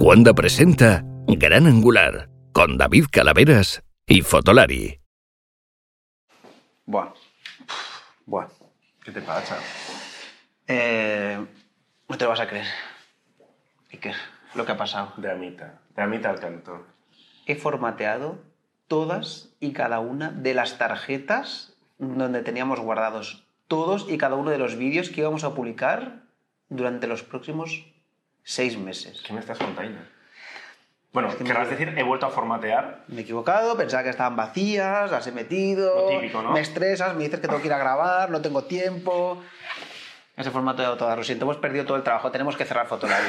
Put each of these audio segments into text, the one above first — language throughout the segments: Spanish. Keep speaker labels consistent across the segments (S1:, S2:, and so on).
S1: Cuanda presenta Gran Angular con David Calaveras y Fotolari.
S2: Buah. Buah.
S3: ¿Qué te pasa?
S2: Eh, no te lo vas a creer. Iker, lo que ha pasado.
S3: De Amita. De Amita al canto.
S2: He formateado todas y cada una de las tarjetas donde teníamos guardados todos y cada uno de los vídeos que íbamos a publicar durante los próximos seis meses.
S3: ¿Qué me estás contando? Bueno, querrás decir, he vuelto a formatear.
S2: Me he equivocado, pensaba que estaban vacías, las he metido.
S3: Lo típico, ¿no?
S2: Me estresas, me dices que tengo que ir a grabar, no tengo tiempo. Ese formato de todas, lo siento, hemos perdido todo el trabajo, tenemos que cerrar Fotolari.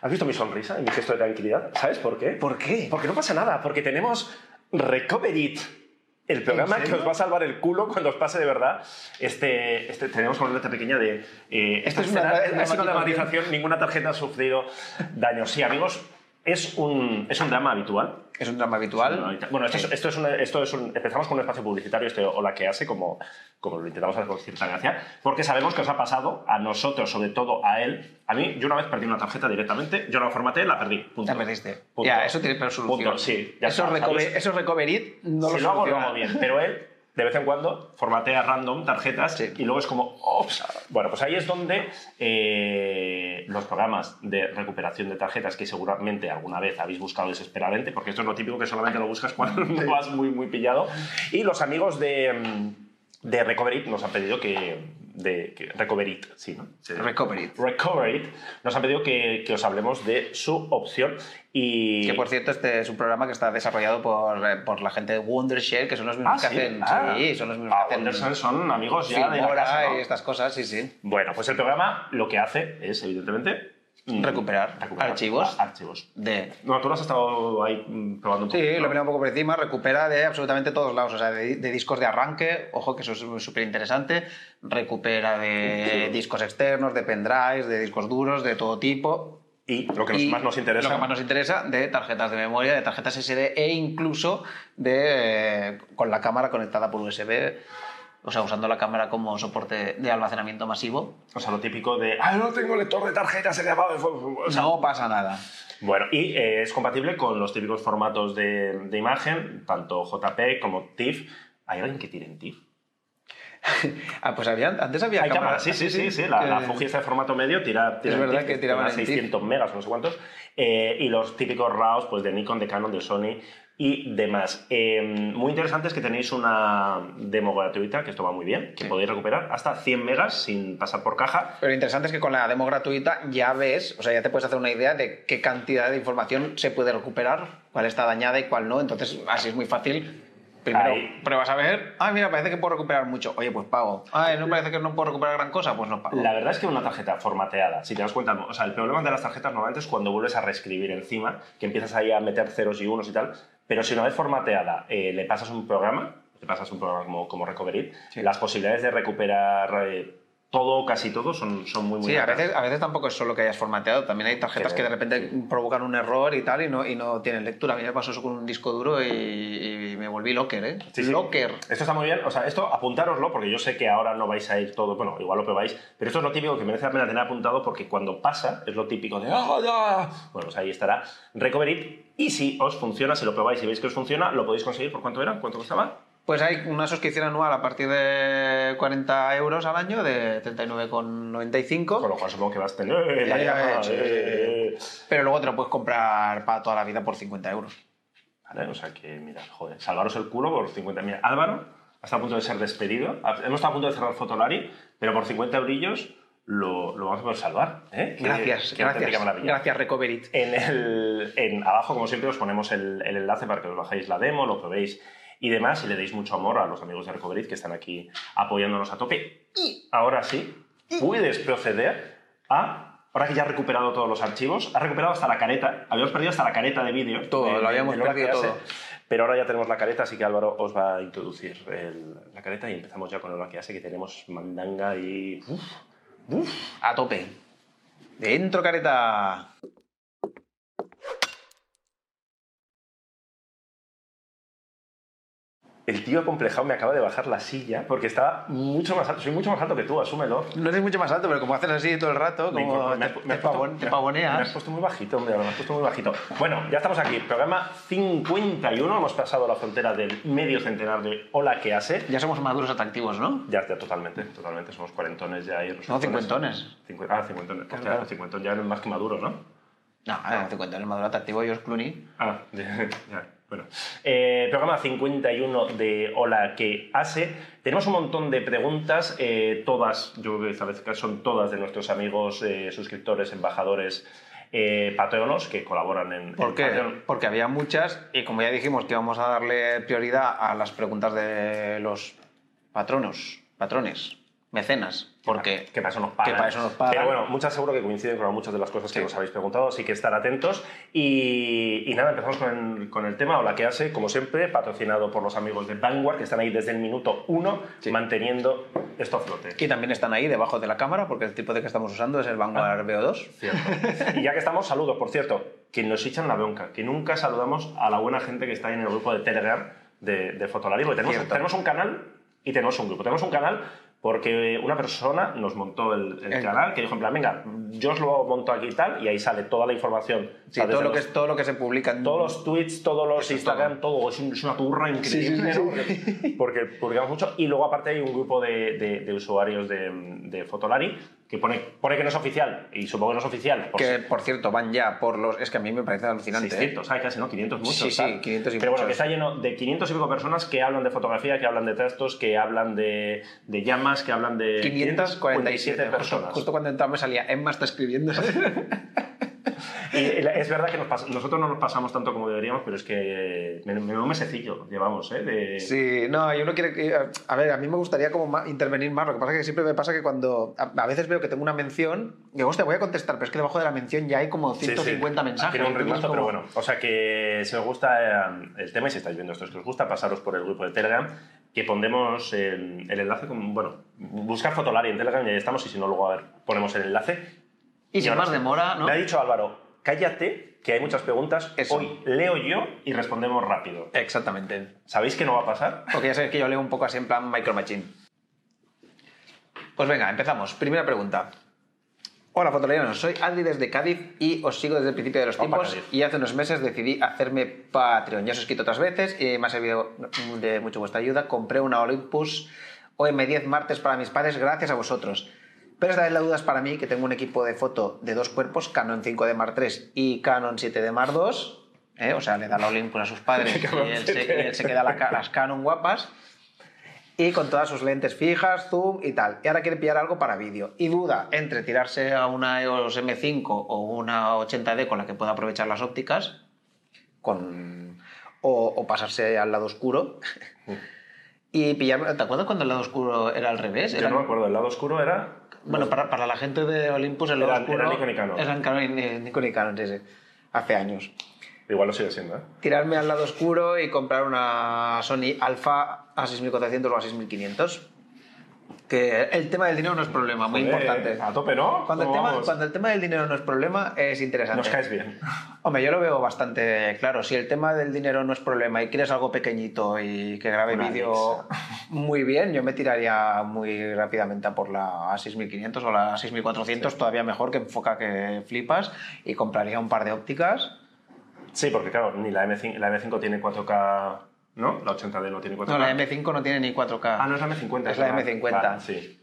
S3: ¿Has visto mi sonrisa y mi gesto de tranquilidad? ¿Sabes por qué?
S2: ¿Por qué?
S3: Porque no pasa nada, porque tenemos Recover It, el programa
S2: ¿En
S3: que
S2: serio?
S3: os va a salvar el culo cuando os pase de verdad. Este, este tenemos con una letra pequeña de. eh, esta
S2: Esto es una
S3: escena
S2: dra-
S3: es una
S2: dramatización.
S3: dramatización, ninguna tarjeta ha sufrido daño. Sí, amigos, es un, es un drama habitual.
S2: Es un drama habitual.
S3: Bueno, esto es, esto es una- esto es un- empezamos con un espacio publicitario, este Hola que hace, como, como lo intentamos hacer con cierta gracia, porque sabemos que os ha pasado a nosotros, sobre todo a él. A mí, yo una vez perdí una tarjeta directamente, yo la formateé, la perdí. Punto.
S2: Ya perdiste.
S3: Punto.
S2: Ya, eso tiene pero solución.
S3: Punto, sí. ya
S2: eso,
S3: está.
S2: recover,
S3: Adiós.
S2: eso recover it no
S3: si lo,
S2: lo
S3: hago, lo
S2: soluciona.
S3: hago bien, pero él de vez en cuando formatea random tarjetas
S2: Sí.
S3: y luego es como, "Ops". Bueno, pues ahí es donde eh, los programas de recuperación de tarjetas que seguramente alguna vez habéis buscado desesperadamente, porque esto es lo típico que solamente lo buscas cuando vas muy, muy pillado, y los amigos de, mm, de Recover It nos han pedido que... De, que- Recover It, sí, ¿no? Sí.
S2: Recover it.
S3: Recover It nos han pedido que, que os hablemos de su opción y...
S2: Que por cierto, este es un programa que está desarrollado por, eh, por la gente de Wondershare, que son los mismos
S3: Ah,
S2: que
S3: sí,
S2: hacen.
S3: ah.
S2: Sí, son los mismos
S3: Ah,
S2: que hacen.
S3: Anderson son amigos ya de la
S2: Filmora
S3: casa, ¿no?
S2: y estas cosas, sí, sí.
S3: Bueno, pues el programa lo que hace es, evidentemente, mm,
S2: Recuperar archivos.
S3: Ah, archivos.
S2: De.
S3: No, tú lo has estado ahí mm, probando un
S2: Sí,
S3: poquito,
S2: lo he
S3: ¿no?
S2: mirado un poco por encima, recupera de absolutamente todos lados, o sea, de, de discos de arranque, ojo que eso es súper interesante, recupera de discos externos, de pendrives, de discos duros, de todo tipo,
S3: Y lo que nos-
S2: Y
S3: más nos
S2: Lo
S3: interesa.
S2: que más nos interesa de tarjetas de memoria, de tarjetas SD e incluso de eh, con la cámara conectada por USB, o sea, usando la cámara como soporte de almacenamiento masivo.
S3: O sea, lo típico de. Ah, no tengo lector de tarjetas, he grabado. de fu- fu- o sea,
S2: no pasa nada.
S3: Bueno, y eh, es compatible con los típicos formatos de, de imagen, tanto JP como TIFF. ¿Hay alguien que tire en TIFF?
S2: Ah, pues había, antes había
S3: Hay cámaras,
S2: cámaras.
S3: sí, sí, sí, sí, La, la
S2: Eh,
S3: Fuji está de formato medio, tira, tira
S2: Es
S3: en
S2: verdad
S3: TIFF,
S2: que tiraban
S3: tira
S2: en TIFF.
S3: 600 megas, no sé cuántos, eh, y los típicos RAWs pues, de Nikon, de Canon, de Sony y demás. Eh, muy interesante es que tenéis una demo gratuita, que esto va muy bien, que
S2: Sí.
S3: podéis recuperar hasta 100 megas sin pasar por caja.
S2: Pero lo interesante es que con la demo gratuita ya ves, o sea, ya te puedes hacer una idea de qué cantidad de información se puede recuperar, cuál está dañada y cuál no. Entonces, así es muy fácil. Primero
S3: Ahí.
S2: pruebas a ver, ay, mira, parece que puedo recuperar mucho. Oye, pues pago. Ay, no parece que no puedo recuperar gran cosa, pues no pago.
S3: La verdad es que una tarjeta formateada, si te das cuenta, o sea, el problema de las tarjetas normalmente es cuando vuelves a reescribir encima, que empiezas ahí a meter ceros y unos y tal, pero si una vez formateada eh, le pasas un programa, le pasas un programa como, como Recovery,
S2: Sí.
S3: las posibilidades de recuperar eh, todo, casi todo, son, son muy, muy
S2: Sí, a
S3: altas.
S2: veces, a veces tampoco es solo que hayas formateado, también hay tarjetas que de repente provocan un error y tal y no, y no tienen lectura. A mí me pasó eso con un disco duro y, y me volví locker, ¿eh?
S3: Sí, sí.
S2: Locker.
S3: Esto está muy bien, o sea, esto apuntároslo porque yo sé que ahora no vais a ir todo, bueno, igual lo probáis, pero esto es lo típico que merece la pena tener apuntado porque cuando pasa es lo típico de, "Ah, ya". bueno, pues ahí estará Recover It y si os funciona, si lo probáis y veis que os funciona, lo podéis conseguir por cuánto era, cuánto costaba.
S2: Pues hay una suscripción anual a partir de 40 euros al año, de
S3: Con
S2: 39,95.
S3: lo cual supongo que vas a tener la
S2: Ya, ya,
S3: llama,
S2: sí, sí, sí.
S3: eh.
S2: Pero luego te lo puedes comprar para toda la vida por 50 euros.
S3: Vale, o sea que, mira, joder, salvaros el culo por 50. Mira, Álvaro está a punto de ser despedido. Ha- Hemos estado a punto de cerrar Fotolari, pero por 50 brillos lo, lo vamos a poder salvar. ¿eh? Qué-
S2: Gracias,
S3: qué auténtica
S2: gracias.
S3: maravilla.
S2: Gracias, Recoverit.
S3: En el, en abajo, como siempre, os ponemos el, el enlace para que os bajéis la demo, lo probéis y demás, y le deis mucho amor a los amigos de Recoverit que están aquí apoyándonos a tope. Y ahora sí, puedes proceder a... Ahora que ya has recuperado todos los archivos, has recuperado hasta la careta, habíamos perdido hasta la careta de vídeo.
S2: Todo,
S3: de-
S2: lo
S3: de-
S2: habíamos
S3: de Lola
S2: perdido
S3: Clase,
S2: todo.
S3: Pero ahora ya tenemos la careta, así que Álvaro os va a introducir el- la careta y empezamos ya con lo que hace, que tenemos mandanga y... uf, uf.
S2: A tope. Dentro, careta.
S3: el tío acomplejado me acaba de bajar la silla porque estaba mucho más alto. Soy mucho más alto que tú, asúmelo.
S2: No eres mucho más alto, pero como haces así todo el rato,
S3: Me
S2: como
S3: incorporo-
S2: te,
S3: has pu- me has
S2: te
S3: puesto-
S2: pavon- te
S3: me has- Me has
S2: pavoneas.
S3: puesto muy bajito, hombre, me has puesto muy bajito. Bueno, ya estamos aquí. Programa 51. Hemos pasado la frontera del medio centenar de Hola, ¿qué hace?
S2: Ya somos maduros atractivos, ¿no?
S3: Ya, ya, totalmente, totalmente. Somos cuarentones ya y
S2: No,
S3: resultones.
S2: cincuentones.
S3: Cincu- ah, cincuentones. Hostia,
S2: claro.
S3: cincuentón ya no es más que maduro, ¿no?
S2: No, eh, cincuentones maduro atractivo, yo es Clooney.
S3: Ah, ya, bueno. Eh, programa 51 de Hola que hace. Tenemos un montón de preguntas, eh, todas, yo creo que esta vez son todas de nuestros amigos, eh, suscriptores, embajadores, eh, patronos que colaboran en,
S2: ¿Por
S3: en
S2: qué?
S3: Patreon.
S2: Porque había muchas y como ya dijimos que íbamos a darle prioridad a las preguntas de los patronos, patrones, mecenas, porque
S3: que para eso nos pagan.
S2: que para eso nos pagan.
S3: Pero bueno, muchas seguro que coinciden con muchas de las cosas que
S2: Sí.
S3: nos habéis preguntado, así que estar atentos. Y, y nada, empezamos con el, con el tema, o la que hace, como siempre, patrocinado por los amigos de Vanguard, que están ahí desde el minuto uno,
S2: Sí.
S3: manteniendo esto a flote.
S2: que también están ahí debajo de la cámara porque el tipo de que estamos usando es el Vanguard VO2.
S3: Ah, Cierto. Y ya que estamos, saludos, por cierto, que nos echan la bronca, que nunca saludamos a la buena gente que está ahí en el grupo de Telegram de, de Fotolari, porque tenemos,
S2: Cierto.
S3: tenemos un canal y tenemos un grupo. Tenemos un canal porque una persona nos montó el, el
S2: El-
S3: canal que dijo en plan, venga, yo os lo monto aquí y tal, y ahí sale toda la información. O
S2: Sí,
S3: sea,
S2: todo
S3: desde
S2: lo, que,
S3: los-
S2: todo lo que se publica en
S3: todos los tweets, todos los
S2: Eso es
S3: Instagram, todo. Es, un- es una turra increíble,
S2: sí,
S3: ¿no? Porque- porque publicamos mucho. Y luego, aparte, hay un grupo de, de- de usuarios de, de Fotolari que pone, pone que no es oficial, y supongo que no es oficial. por
S2: que por cierto van ya por los es que a mí me parece alucinante. ¿eh?
S3: 600, hay casi, ¿no? 500 muchos.
S2: Sí, sí,
S3: tal.
S2: 500 y
S3: Pero bueno,
S2: muchos.
S3: que está lleno de 500 y pico personas que hablan de fotografía, que hablan de textos, que hablan de, de llamas, que hablan de...
S2: 547
S3: personas.
S2: Justo, justo cuando entraba me salía Emma está escribiendo.
S3: Y eh, la- es verdad que nos pas- nosotros no nos pasamos tanto como deberíamos, pero es que me, me- un mesecillo llevamos, ¿eh? De,
S2: Sí, no, yo no quiero que... eh, A ver, a mí me gustaría como ma- intervenir más. Lo que pasa es que siempre me pasa que cuando... A, a veces veo que tengo una mención, digo, hostia, voy a contestar, pero es que debajo de la mención ya hay como
S3: Sí, sí.
S2: 150 mensajes.
S3: Tiene un
S2: entonces
S3: ritmazo,
S2: como-
S3: pero bueno. O sea que si os gusta eh, el tema y si estáis viendo esto, es que os gusta, pasaros por el grupo de Telegram, que pondremos el, el enlace con... Bueno, buscar Fotolari en Telegram y ahí estamos, y si no, luego a ver, ponemos el enlace.
S2: Y sin
S3: ahora
S2: más
S3: sí.
S2: demora, ¿no?
S3: Me ha dicho Álvaro, cállate, que hay muchas preguntas.
S2: Eso.
S3: Hoy leo yo y respondemos rápido.
S2: Exactamente.
S3: ¿Sabéis que no va a pasar?
S2: Porque ya sabéis que yo leo un poco así en plan Micro Machine. Pues venga, empezamos. Primera pregunta. Hola, fotolerianos. Soy Adri desde Cádiz y os sigo desde el principio de los
S3: Opa,
S2: tiempos.
S3: Cádiz.
S2: Y hace unos meses decidí hacerme Patreon. Ya os he escrito otras veces y me ha servido de mucho vuestra ayuda. Compré una Olympus OM10 martes para mis padres gracias a vosotros. Pero esta vez la duda es para mí, que tengo un equipo de foto de dos cuerpos, Canon 5D Mark III y Canon 7D Mark II. ¿eh? O sea, le da la Olympus a sus padres y él se, y él se queda la ca- las Canon guapas y con todas sus lentes fijas, zoom y tal. Y ahora quiere pillar algo para vídeo. Y duda entre tirarse a una EOS M5 o una 80D con la que pueda aprovechar las ópticas con... o, o pasarse al lado oscuro. y pillar... ¿Te acuerdas cuando el lado oscuro era al revés?
S3: Yo
S2: Era-
S3: no me acuerdo, el lado oscuro era...
S2: Bueno, para, para la gente de Olympus el lado
S3: Eran-
S2: oscuro...
S3: eran Nikon y Canon.
S2: Eran Canon y- Nikon y Canon, sí, sí. Hace años
S3: Igual lo sigue siendo, ¿eh?
S2: tirarme al lado oscuro y comprar una Sony Alpha a 6400 o a 6500. Que el tema del dinero no es problema, muy
S3: Joder,
S2: importante.
S3: Eh, A tope, ¿no?
S2: Cuando el,
S3: ¿Cómo
S2: tema,
S3: vamos?
S2: cuando el tema del dinero no es problema, es interesante.
S3: Nos caes bien.
S2: Hombre, yo lo veo bastante claro. Si el tema del dinero no es problema y quieres algo pequeñito y que grabe
S3: Una
S2: vídeo muy bien, yo me tiraría muy rápidamente a por la A6500 o la A6400, todavía mejor que enfoca que flipas, y compraría un par de ópticas.
S3: Sí, porque claro, ni la M5, la M5 tiene 4K, ¿no? La 80D no tiene 4K.
S2: No, la M5 no tiene ni 4K.
S3: Ah, no es la M50.
S2: Es la
S3: verdad.
S2: M50.
S3: Vale, sí.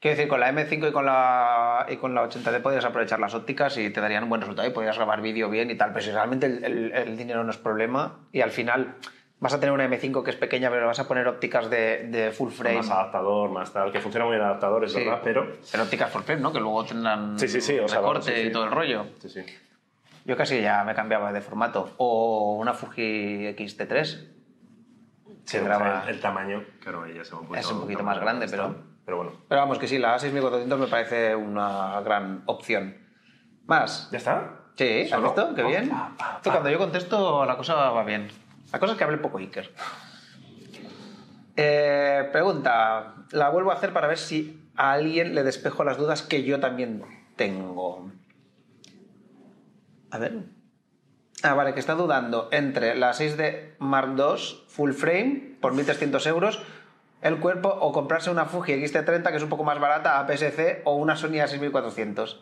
S2: Quiero decir, con la M5 y con la, y con la 80D podrías aprovechar las ópticas y te darían un buen resultado y podrías grabar vídeo bien y tal, pero si realmente el, el- el dinero no es problema y al final vas a tener una M5 que es pequeña, pero le vas a poner ópticas de, de full frame.
S3: Más adaptador, más tal, que funciona muy bien adaptador, es
S2: Sí.
S3: verdad, pero...
S2: Pero ópticas full frame, ¿no? Que luego tendrán
S3: Sí, sí, sí, o sea, vamos,
S2: recorte
S3: sí, sí.
S2: y todo el rollo.
S3: Sí, sí.
S2: Yo casi ya me cambiaba de formato. O una Fuji X-T3.
S3: Sí,
S2: Se graba-
S3: el, el tamaño, claro, ella se va un poquito,
S2: Es un poquito más grande, pero-
S3: Pero bueno,
S2: Pero vamos, que sí, la A6400 me parece una gran opción. Más,
S3: ¿ya está?
S2: Sí, ¿has
S3: Solo-
S2: visto? Qué
S3: ¿no?
S2: bien.
S3: Pa, pa,
S2: Tú, cuando yo contesto, la cosa va bien. La cosa es que hable poco Iker. Eh, pregunta. La vuelvo a hacer para ver si a alguien le despejo las dudas que yo también tengo. A ver. Ah, vale, que está dudando entre la 6 de Mark II full frame por 1.300 euros, el cuerpo o comprarse una Fuji X-T30 que es un poco más barata, APS-C o una Sony A6400.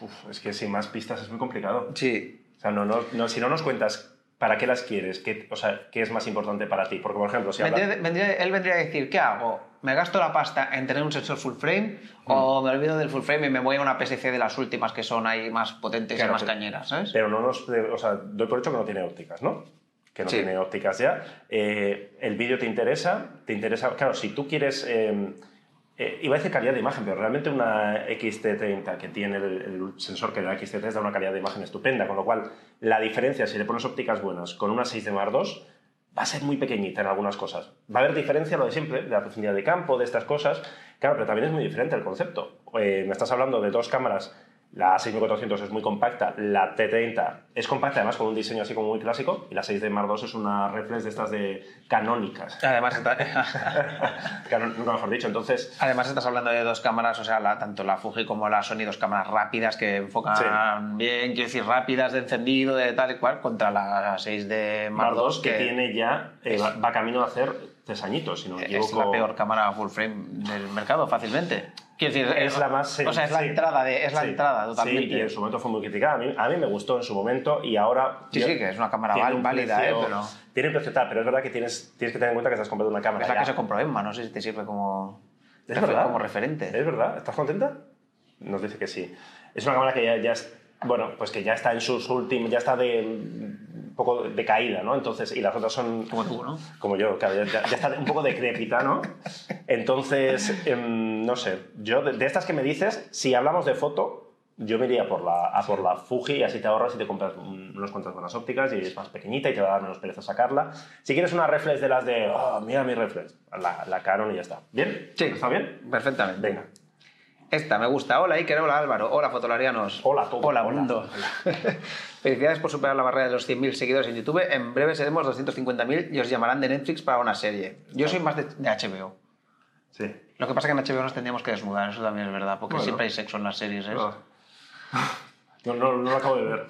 S3: Uf, es que sin más pistas es muy complicado.
S2: Sí.
S3: O sea, no, no, no- si no nos cuentas para qué las quieres, qué, o sea, qué es más importante para ti. Porque, por ejemplo, si hablas...
S2: Vendría- vendría- él vendría a decir, ¿qué hago? ¿Me gasto la pasta en tener un sensor full frame
S3: Mm.
S2: o me olvido del full frame y me voy a una PSC de las últimas que son ahí más potentes
S3: Claro,
S2: y más
S3: pero-
S2: cañeras, ¿sabes?
S3: Pero no nos. O sea, doy por hecho que no tiene ópticas, ¿no? Que no
S2: Sí.
S3: tiene ópticas ya. Eh, el vídeo te interesa. Te interesa. Claro, si tú quieres. eh, eh, iba a decir calidad de imagen, pero realmente una XT30 que tiene el, el sensor que da XT3 da una calidad de imagen estupenda, con lo cual la diferencia si le pones ópticas buenas con una 6 de Mar 2 va a ser muy pequeñita en algunas cosas. Va a haber diferencia lo de siempre, de la profundidad de campo, de estas cosas. Claro, pero también es muy diferente el concepto. Eh, me estás hablando de dos cámaras. La 6400 es muy compacta, la T30 es compacta, además con un diseño así como muy clásico, y la 6 de Mar 2 es una reflex de estas de canónicas.
S2: Además, está-
S3: Canon- nunca mejor dicho, entonces...
S2: además estás hablando de dos cámaras, o sea, la- tanto la Fuji como la Sony, dos cámaras rápidas que enfocan
S3: Sí.
S2: bien, quiero decir, rápidas de encendido, de tal y cual, contra la 6 de Mark
S3: Mar 2
S2: II
S3: que tiene ya, eh, va, va camino a hacer tres añitos, si no me
S2: es
S3: equivoco.
S2: la peor cámara full frame del mercado, fácilmente. Quiero decir,
S3: Es la más.
S2: O sea, es la
S3: sí.
S2: entrada, de, es la
S3: Sí.
S2: entrada
S3: Sí,
S2: totalmente.
S3: y en su momento fue muy criticada. A mí, a mí me gustó en su momento y ahora.
S2: Sí,
S3: yo-
S2: sí, que es una cámara
S3: tiene
S2: val-
S3: un
S2: válida,
S3: precio-
S2: ¿eh? Pero
S3: Tiene un precio tal, pero es verdad que tienes, tienes que tener en cuenta que estás comprando una cámara.
S2: es la
S3: ya.
S2: que se compró Emma, no sé si te sirve como,
S3: Es verdad.
S2: como referente.
S3: Es verdad. ¿Estás contenta? Nos dice que sí. Es una cámara que ya, ya es- bueno, pues que ya está en sus últimos, ya está de un poco de caída, ¿no? Entonces, y las otras son
S2: Como tú, ¿no?
S3: como yo, claro, ya, ya- ya está un poco decrépita, ¿no? Entonces, em, no sé, yo de, de estas que me dices, si hablamos de foto, yo me iría por la, a por la Fuji y así te ahorras y te compras un- unos cuantas buenas ópticas y es más pequeñita y te va a dar menos pereza sacarla. Si quieres una reflex de las de, oh, mira mi reflex, la, la Canon y ya está. ¿Bien?
S2: Sí.
S3: ¿Está bien?
S2: Perfectamente.
S3: Venga.
S2: Esta me gusta. Hola Iker, hola Álvaro, hola Fotolarianos.
S3: Hola a todos.
S2: Hola,
S3: Hola.
S2: mundo. Felicidades por superar la barrera de los 100.000 seguidores en YouTube. En breve seremos 250.000 y os llamarán de Netflix para una serie. Yo soy más de, de HBO.
S3: Sí.
S2: Lo que pasa es que en HBO nos tendríamos que desnudar, eso también es verdad, porque
S3: Bueno.
S2: siempre hay sexo en las series. ¿eh?
S3: Ah. No, no, no lo acabo de ver.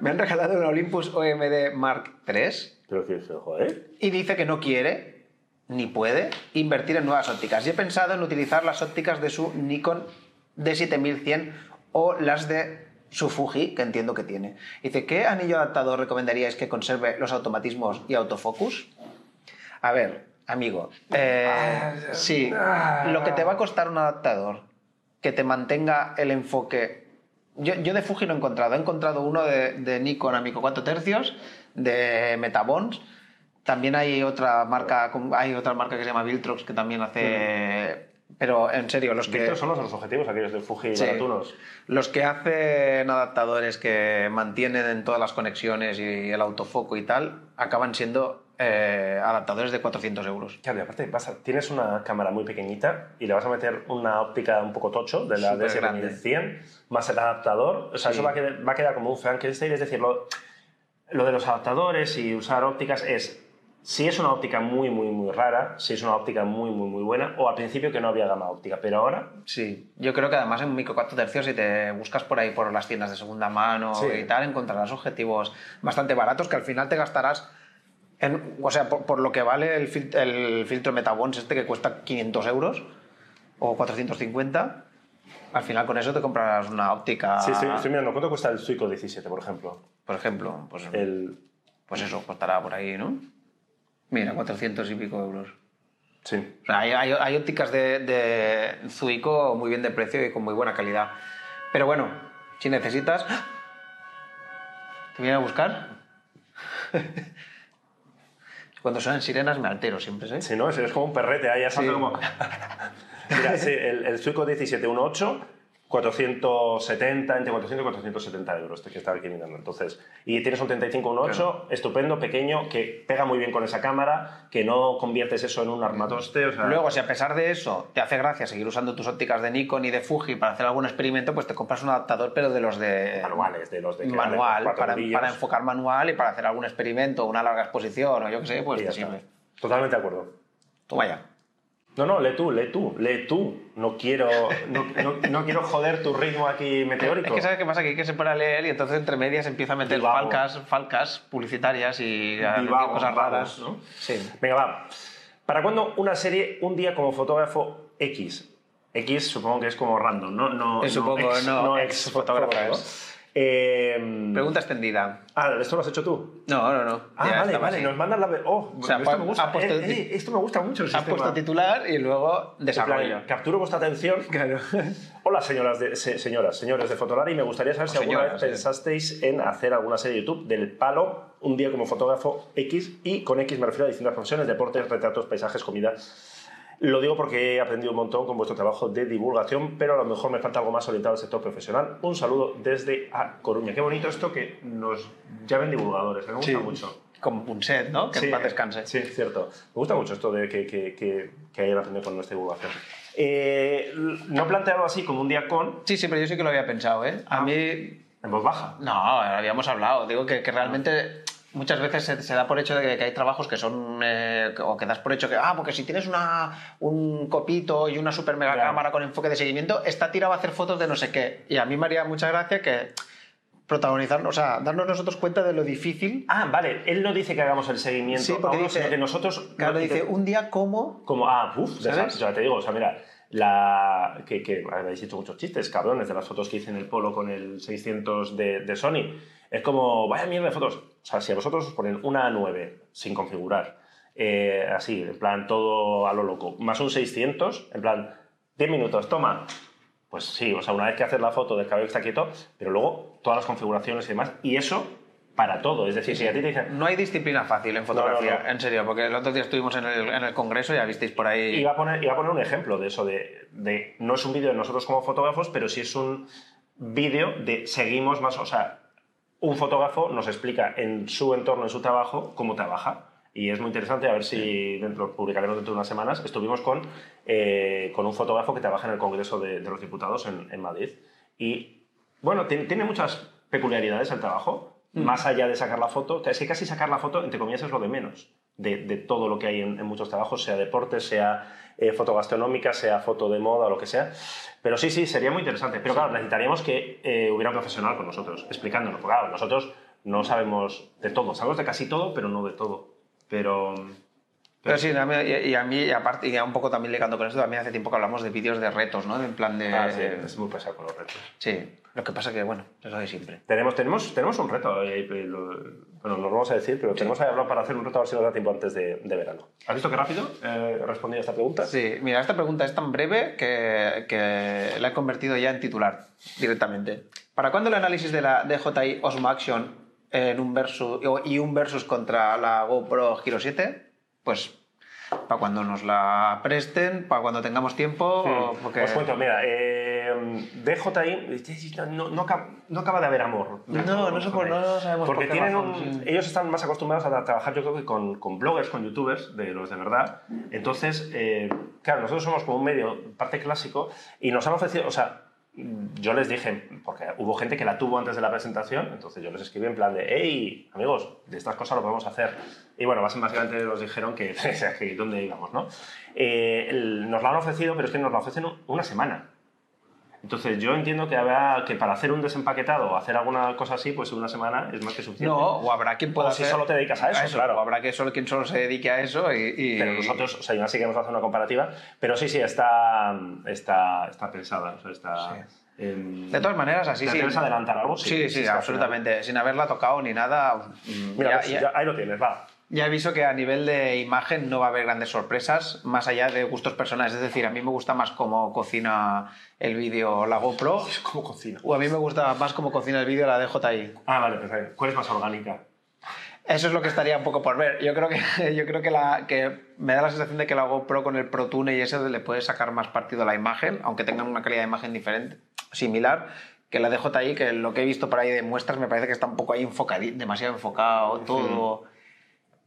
S2: Me han regalado un Olympus OMD Mark III
S3: Pero que, joder.
S2: y dice que no quiere ni puede invertir en nuevas ópticas. Y he pensado en utilizar las ópticas de su Nikon D7100 o las de su Fuji, que entiendo que tiene. Dice, ¿qué anillo adaptador recomendaríais que conserve los automatismos y autofocus? A ver, amigo, eh, sí, lo que te va a costar un adaptador que te mantenga el enfoque... Yo, yo de Fuji no he encontrado, he encontrado uno de, de Nikon Amico 4 tercios, de Metabons, también hay otra marca, con- hay otra marca que se llama Viltrox que también hace, pero en serio los que
S3: Estos son los, los objetivos aquellos de Fuji
S2: Sí.
S3: baratunos.
S2: los que hacen adaptadores que mantienen en todas las conexiones y el autofoco y tal acaban siendo eh, adaptadores de 400 euros.
S3: Claro, y aparte vas a- tienes una cámara muy pequeñita y le vas a meter una óptica un poco tocho de la
S2: Súper grande.
S3: D7100 más el adaptador. O sea,
S2: Sí.
S3: eso va a, quedar, va a quedar como un Frankenstein. Es decir, lo, lo de los adaptadores y usar ópticas es si es una óptica muy, muy, muy rara, si es una óptica muy, muy, muy buena, o al principio que no había gama óptica, pero ahora
S2: Sí, yo creo que además en micro 4 tercios si te buscas por ahí por las tiendas de segunda mano
S3: Sí.
S2: y tal encontrarás objetivos bastante baratos que al final te gastarás en, o sea, por, por lo que vale el, fil- el filtro Metabons este que cuesta 500 euros o 450, al final con eso te comprarás una óptica,
S3: sí, estoy, estoy mirando cuánto cuesta el Suico 17, por ejemplo.
S2: por ejemplo, pues,
S3: El,
S2: pues eso, costará por ahí, ¿no? Mira, 400 y pico euros.
S3: sí.
S2: O sea, hay, hay- hay ópticas de, de Zuico muy bien de precio y con muy buena calidad. Pero bueno, si necesitas... ¡Ah! ¿Te vienen a buscar? Cuando suenan sirenas me altero siempre, ¿eh?
S3: Si no, es, es como un perrete ahí asando
S2: Sí.
S3: como... Mira, sí, el, el Suico 1718, 470, entre 400 y 470 euros, que estaba aquí mirando. Entonces, y tienes un 3518, estupendo, pequeño, que pega muy bien con esa cámara, que no conviertes eso en un armatoste, o sea...
S2: Luego, si a pesar de eso te hace gracia seguir usando tus ópticas de Nikon y de Fuji para hacer algún experimento, pues te compras un adaptador, pero de los de...
S3: Manuales, de los de que valen
S2: Manual,
S3: cuatro
S2: para,
S3: brillos.
S2: para enfocar manual y para hacer algún experimento, una larga exposición o yo qué sé, pues
S3: Y ya
S2: te
S3: está.
S2: sirve.
S3: Totalmente de acuerdo.
S2: Toma ya.
S3: No, no, lee tú, lee tú, lee tú. No quiero, no, no- no quiero joder tu ritmo aquí meteórico.
S2: Es que sabes qué pasa, que hay que separar leer y entonces entre medias empieza a meter
S3: Divago.
S2: falcas, falcas publicitarias y a decir
S3: Divagos,
S2: cosas raras.
S3: vagos, ¿no?
S2: Sí.
S3: Venga, va. ¿Para cuándo una serie un día como fotógrafo X? X supongo que es como random, ¿no? no
S2: Eh, supongo,
S3: ex,
S2: no,
S3: no
S2: ex
S3: ex
S2: fotógrafo,
S3: fotógrafo. ¿no? Eh,
S2: Pregunta extendida.
S3: ah, esto lo has hecho tú.
S2: No, no, no.
S3: Ah,
S2: Ya
S3: vale,
S2: estaba
S3: vale.
S2: así.
S3: Nos mandan la. ve- Oh,
S2: O sea,
S3: esto me
S2: ha
S3: gusta.
S2: puesto-
S3: eh, eh, esto me gusta mucho el
S2: Ha
S3: sistema.
S2: puesto titular y luego
S3: En plan,
S2: desarrollo.
S3: Capturo vuestra atención.
S2: Claro.
S3: Hola, señoras, de, se- señoras, señores de Fotolari. Me gustaría saber si alguna
S2: señoras,
S3: vez
S2: sí.
S3: pensasteis en hacer alguna serie de YouTube del palo un día como fotógrafo X y con X me refiero a distintas profesiones, deportes, retratos, paisajes, comida. Lo digo porque he aprendido un montón con vuestro trabajo de divulgación, pero a lo mejor me falta algo más orientado al sector profesional. Un saludo desde A Coruña. Qué bonito esto que nos llamen divulgadores, que me gusta
S2: Sí.
S3: mucho.
S2: Como Punset, ¿no? Que
S3: Sí, eh,
S2: en paz descanse.
S3: Sí, cierto. Me gusta mucho esto de que, que, que, que hayan aprendido con nuestra divulgación. Eh, no plantearlo así como un día con,
S2: Sí, sí, pero yo sí que lo había pensado, ¿eh? A
S3: Ah.
S2: mí...
S3: en voz baja.
S2: No, habíamos hablado. Digo que, que realmente muchas veces se, se da por hecho de que, que hay trabajos que son... eh, o que das por hecho que, ah, porque si tienes una, un copito y una super mega
S3: Claro.
S2: cámara con enfoque de seguimiento, está tirado a hacer fotos de no sé qué. Y a mí me haría mucha gracia que protagonizarnos, o sea, darnos nosotros cuenta de lo difícil.
S3: Ah, vale, él no dice que hagamos el seguimiento
S2: Sí,
S3: a
S2: porque
S3: uno,
S2: dice-
S3: sino que nosotros...
S2: Claro,
S3: no-
S2: dice, un día como...
S3: Como, ah, uff,
S2: ¿Sabes?
S3: ya te digo, o sea, mira, la, que, que habéis hecho muchos chistes, cabrones, de las fotos que hice en el polo con el 600 de, de Sony. Es como, vaya mierda de fotos. O sea, si a vosotros os ponen una A9 sin configurar, eh, así, en plan todo a lo loco, más un 600, en plan 10 minutos, toma. Pues sí, o sea, una vez que haces la foto del cabello que está quieto, pero luego todas las configuraciones y demás, y eso para todo. Es decir, si a ti te dicen,
S2: No hay disciplina fácil en fotografía,
S3: No, no, no.
S2: en serio, porque el otro día estuvimos en el, en el congreso y ya visteis por ahí...
S3: Iba a poner, iba a poner un ejemplo de eso, de, de- no es un vídeo de nosotros como fotógrafos, pero sí es un vídeo de seguimos más, o sea, un fotógrafo nos explica en su entorno, en su trabajo, cómo trabaja. Y es muy interesante, a ver si dentro, publicaremos dentro de unas semanas. Estuvimos con, eh, con un fotógrafo que trabaja en el Congreso de, de los Diputados en, en Madrid. Y bueno, tiene, tiene muchas peculiaridades el trabajo, más allá de sacar la foto. Es que casi sacar la foto, entre comillas, es lo de menos de, de todo lo que hay en, en muchos trabajos, sea deporte, sea eh, foto gastronómica, sea foto de moda o lo que sea. Pero sí, sí, sería muy interesante. Pero claro, necesitaríamos que eh, hubiera un profesional con nosotros, explicándonos. Porque claro, nosotros no sabemos de todo, sabemos de casi todo, pero no de todo. Pero...
S2: Pero sí, a mí- y, y a mí, y aparte, y un poco también ligando con esto, también hace tiempo que hablamos de vídeos de retos, ¿no? En plan de.
S3: Ah, sí, es muy pesado con los retos.
S2: Sí. Lo que pasa que, bueno, eso de siempre.
S3: Tenemos, tenemos, tenemos un reto, eh, eh, lo- bueno, nos lo vamos a decir, pero tenemos ahí hablado para hacer un reto a ver si nos da tiempo antes de, de verano. ¿Has visto qué rápido eh, he respondido a esta pregunta?
S2: Sí, mira, esta pregunta es tan breve que, que la he convertido ya en titular directamente. ¿Para cuándo el análisis de la DJI Osmo Action en un versus, o- y un versus contra la GoPro Hero 7? Pues para cuando nos la presten, para cuando tengamos tiempo. o porque...
S3: Os cuento, mira, eh, DJI no, no, acaba, no acaba de haber amor.
S2: No, no sé por- no sabemos
S3: Porque
S2: por qué
S3: tienen
S2: razón,
S3: un-
S2: sí.
S3: ellos están más acostumbrados a tra- trabajar, yo creo que con, con bloggers, con youtubers, de los de verdad. Entonces, eh, claro, nosotros somos como un medio, parte clásico, y nos han ofrecido, o sea, yo les dije, porque hubo gente que la tuvo antes de la presentación, entonces yo les escribí en plan de, hey, amigos, de estas cosas lo podemos hacer. Y bueno, bas- básicamente nos dijeron que, que dónde íbamos, ¿no? Eh, el- nos la han ofrecido, pero es que nos la ofrecen un- una semana. Entonces yo entiendo que habrá que para hacer un desempaquetado o hacer alguna cosa así, pues una semana es más que suficiente.
S2: No, o habrá quien pueda
S3: O si
S2: hacer-
S3: solo te dedicas a eso, claro.
S2: o habrá que solo, quien solo se dedique a eso y... y-
S3: Pero nosotros, o sea, yo sí que vamos a hacer una comparativa, pero sí, sí, está, está, está pensada. O sea, está,
S2: Sí.
S3: em,
S2: De todas maneras, así
S3: ¿Te
S2: sí.
S3: atreves a adelantar algo? Sí,
S2: Sí, sí,
S3: sí, sí,
S2: absolutamente. Sin haberla tocado ni nada. mm,
S3: Mira,
S2: ya,
S3: pues,
S2: ya-
S3: ya- ahí lo tienes, va.
S2: ya aviso que a nivel de imagen no va a haber grandes sorpresas, más allá de gustos personales. Es decir, a mí me gusta más cómo cocina el vídeo la GoPro,
S3: ¿Cómo cocina?
S2: o a mí me gusta más cómo cocina el vídeo la DJI.
S3: Ah, vale, perfecto. ¿Cuál es más orgánica?
S2: Eso es lo que estaría un poco por ver. Yo creo que, yo creo que, la, que me da la sensación de que la GoPro con el Pro Tune y eso le puede sacar más partido a la imagen, aunque tengan una calidad de imagen diferente, similar, que la DJI, que lo que he visto por ahí de muestras me parece que está un poco ahí enfocadi- demasiado enfocado todo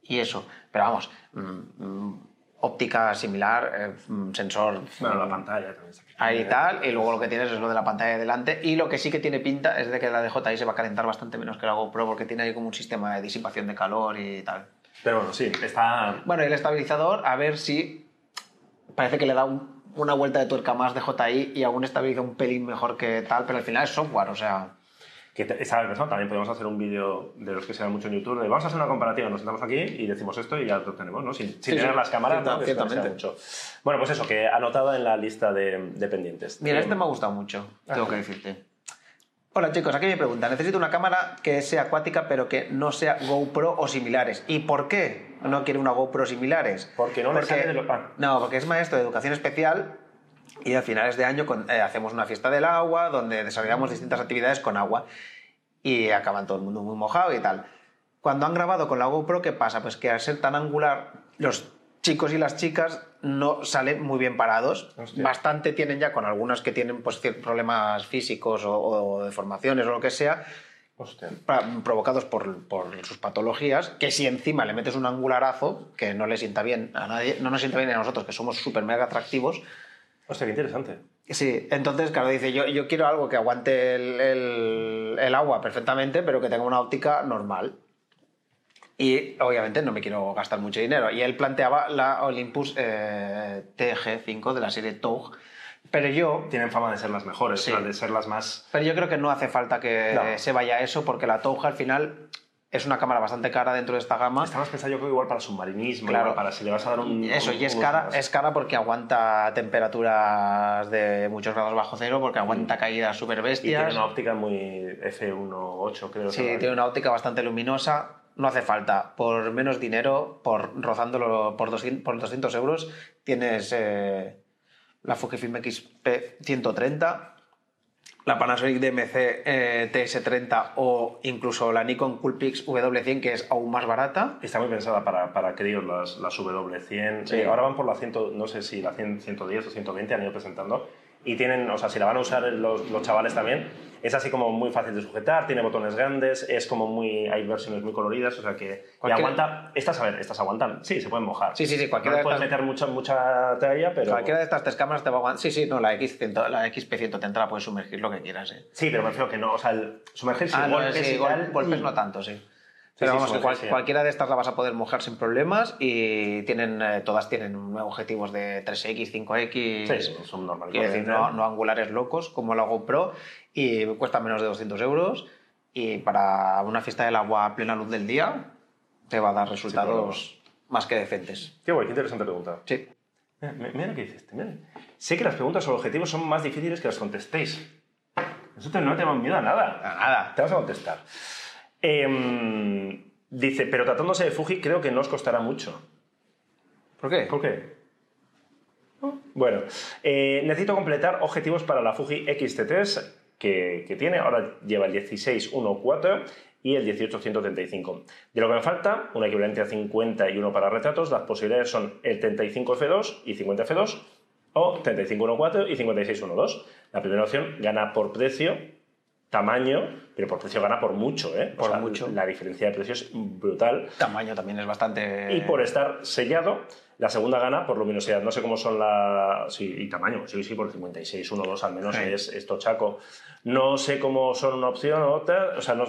S2: y eso. Pero vamos, mm, mm, óptica similar, eh, mm, sensor
S3: Bueno, la pantalla también está aquí.
S2: ahí y tal, y luego lo que tienes es lo de la pantalla de delante, y lo que sí que tiene pinta es de que la DJI se va a calentar bastante menos que la GoPro, porque tiene ahí como un sistema de disipación de calor y tal.
S3: Pero bueno, sí, está...
S2: Bueno, y el estabilizador, a ver si parece que le da un- una vuelta de tuerca más de JI y aún estabiliza un pelín mejor que tal, pero al final es software, o sea.
S3: Que te- esa persona también podemos hacer un vídeo de los que se dan mucho en YouTube. de vamos a hacer una comparativa, nos sentamos aquí y decimos esto y ya lo tenemos, ¿no? Sin, sin
S2: Sí,
S3: tener
S2: sí,
S3: las cámaras,
S2: cierta-
S3: ¿no? Que se
S2: ciertamente.
S3: desea mucho. Bueno, pues eso, que anotada en la lista de, de pendientes.
S2: Mira,
S3: Eh,
S2: este me ha gustado mucho, tengo
S3: Ajá.
S2: que decirte. Hola chicos, aquí me pregunta. Necesito una cámara que sea acuática pero que no sea GoPro o similares. ¿Y por qué no quiere una GoPro similares?
S3: Porque no le sale de lo- ah.
S2: No, porque es maestro de educación especial y a finales de año con- eh, hacemos una fiesta del agua donde desarrollamos distintas actividades con agua y acaban todo el mundo muy mojado y tal. Cuando han grabado con la GoPro, ¿qué pasa? Pues que al ser tan angular, los chicos y las chicas no salen muy bien parados.
S3: Hostia.
S2: Bastante tienen ya con algunas que tienen pues, cier- problemas físicos o, o deformaciones o lo que sea,
S3: Hostia.
S2: pra- provocados por, por sus patologías, que si encima le metes un angularazo, que no le sienta bien a nadie, no nos sienta bien a nosotros, que somos súper mega atractivos,
S3: Hostia, qué interesante.
S2: Sí, entonces, claro, dice, yo, yo quiero algo que aguante el, el- el agua perfectamente, pero que tenga una óptica normal. Y obviamente no me quiero gastar mucho dinero. Y él planteaba la Olympus eh, TG5 de la serie TOG, pero yo,
S3: Tienen fama de ser las mejores,
S2: Sí.
S3: o sea, de ser las más.
S2: pero yo creo que no hace falta que
S3: No.
S2: se vaya a eso, porque la TOG al final es una cámara bastante cara dentro de esta gama.
S3: Está más pensado yo creo igual para submarinismo,
S2: Claro.
S3: igual para si le vas a dar un.
S2: Eso,
S3: un-
S2: y es
S3: unos
S2: cara,
S3: días.
S2: es cara porque aguanta temperaturas de muchos grados bajo cero, porque aguanta caídas súper
S3: Mm. Y tiene
S2: bestias.
S3: una óptica muy F1.8, creo.
S2: Sí,
S3: ¿no?
S2: tiene una óptica bastante luminosa. No hace falta. Por menos dinero, por rozándolo por 200, por 200 euros, tienes eh, la Fujifilm XP130, la Panasonic DMC eh, TS30 o incluso la Nikon Coolpix W100, que es aún más barata.
S3: Está muy pensada para, para críos las, las W100.
S2: Sí.
S3: Eh, ahora van por la 100, no sé si la 100, 110 o 120 han ido presentando. Y tienen, o sea, si la van a usar los, los chavales también, es así como muy fácil de sujetar, tiene botones grandes, es como muy. Hay versiones muy coloridas, o sea que. Y
S2: Cualquier-
S3: aguanta. Estas, a ver, estas aguantan. Sí, se pueden mojar.
S2: Sí, sí, sí,
S3: No
S2: cualquiera,
S3: les
S2: de
S3: puedes
S2: estas,
S3: meter mucha, mucha talla, pero.
S2: cualquiera de estas tres cámaras te va a aguantar. Sí, sí, no, la, X100, la XP130 la puedes sumergir lo que quieras. eh.
S3: Sí, pero me refiero que no, o sea, el sumergirse
S2: Ah,
S3: en
S2: no,
S3: golpes
S2: sí,
S3: y
S2: gol-
S3: tal,
S2: golpes
S3: mm,
S2: no tanto, sí. Pero
S3: sí,
S2: vamos,
S3: sí,
S2: que cual-
S3: sí.
S2: cualquiera de estas la vas a poder mojar sin problemas y tienen eh, todas tienen objetivos de 3X, 5X.
S3: Sí, son- son normales.
S2: Quiero decir,
S3: ¿eh?
S2: no, no angulares locos como la GoPro y cuesta menos de 200 euros. Y para una fiesta del agua a plena luz del día te va a dar resultados más que decentes.
S3: Qué guay, qué interesante pregunta.
S2: Sí.
S3: Mira, mi- mira lo que hiciste, mira. Sé que las preguntas sobre objetivos son más difíciles que las contestéis. Nosotros no tenemos miedo a nada.
S2: nada.
S3: Te vas a contestar. Em, dice, pero tratándose de Fuji creo que no os costará mucho.
S2: ¿Por qué?
S3: ¿Por qué? Bueno, eh, necesito completar objetivos para la Fuji XT3 que, que tiene. Ahora lleva el 1614 y el 18135. De lo que me falta, un equivalente a 50 y uno para retratos. Las posibilidades son el 35F2 y 50F2 o 3514 y 5612. La primera opción gana por precio, tamaño, pero por precio gana por mucho, ¿eh? O
S2: Por mucho.
S3: La diferencia de precio es brutal.
S2: Tamaño también es bastante.
S3: Y por estar sellado, la segunda gana por luminosidad. No sé cómo son la. Sí, y tamaño, sí, sí, por 56, 1, 2 al menos
S2: Sí.
S3: es esto chaco. No sé cómo son una opción o otra. O sea, no-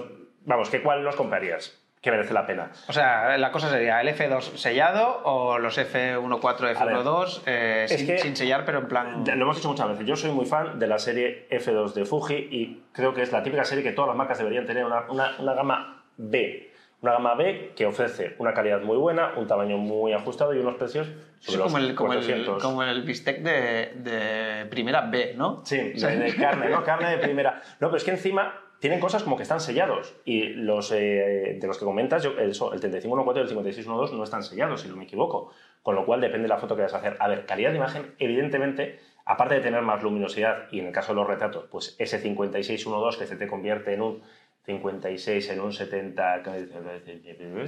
S3: vamos, ¿qué cuál nos comprarías? Que merece la pena.
S2: O sea, la cosa sería el F2 sellado o los F14, F12 eh,
S3: es
S2: sin,
S3: que-
S2: sin sellar, pero en plan...
S3: Lo hemos dicho muchas veces. Yo soy muy fan de la serie F2 de Fuji y creo que es la típica serie que todas las marcas deberían tener una, una- una gama B. Una gama B que ofrece una calidad muy buena, un tamaño muy ajustado y unos precios
S2: Sí,
S3: sobre los
S2: como, el, como, el,
S3: 400.
S2: como el bistec de, de primera B, ¿no?
S3: Sí, de, de carne, ¿no? Carne de primera. No, pero es que encima tienen cosas como que están sellados. Y los eh, de los que comentas, yo, eso, el 3514 y el 5612 no están sellados, si no me equivoco. Con lo cual depende de la foto que vas a hacer. A ver, calidad de imagen, evidentemente, aparte de tener más luminosidad, y en el caso de los retratos, pues ese 5612 que se te convierte en un 56 en un 70,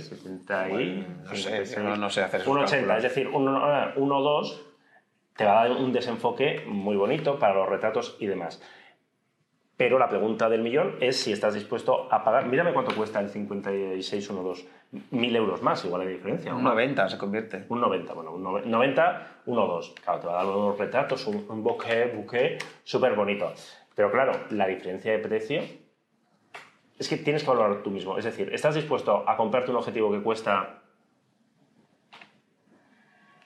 S3: 70 y...
S2: No sé, no, no sé hacer eso.
S3: Un 80, es decir, un 1 2 te va a dar un desenfoque muy bonito para los retratos y demás. Pero la pregunta del millón es si estás dispuesto a pagar. Mírame cuánto cuesta el 5612. Mil euros más, igual hay diferencia.
S2: Un
S3: Un
S2: 90 se convierte.
S3: un 90, bueno, un nove- 90, 1-2. Claro, te va a dar unos retratos, un, un bokeh, bouquet súper bonito. Pero claro, la diferencia de precio es que tienes que valorar tú mismo. Es decir, ¿estás dispuesto a comprarte un objetivo que cuesta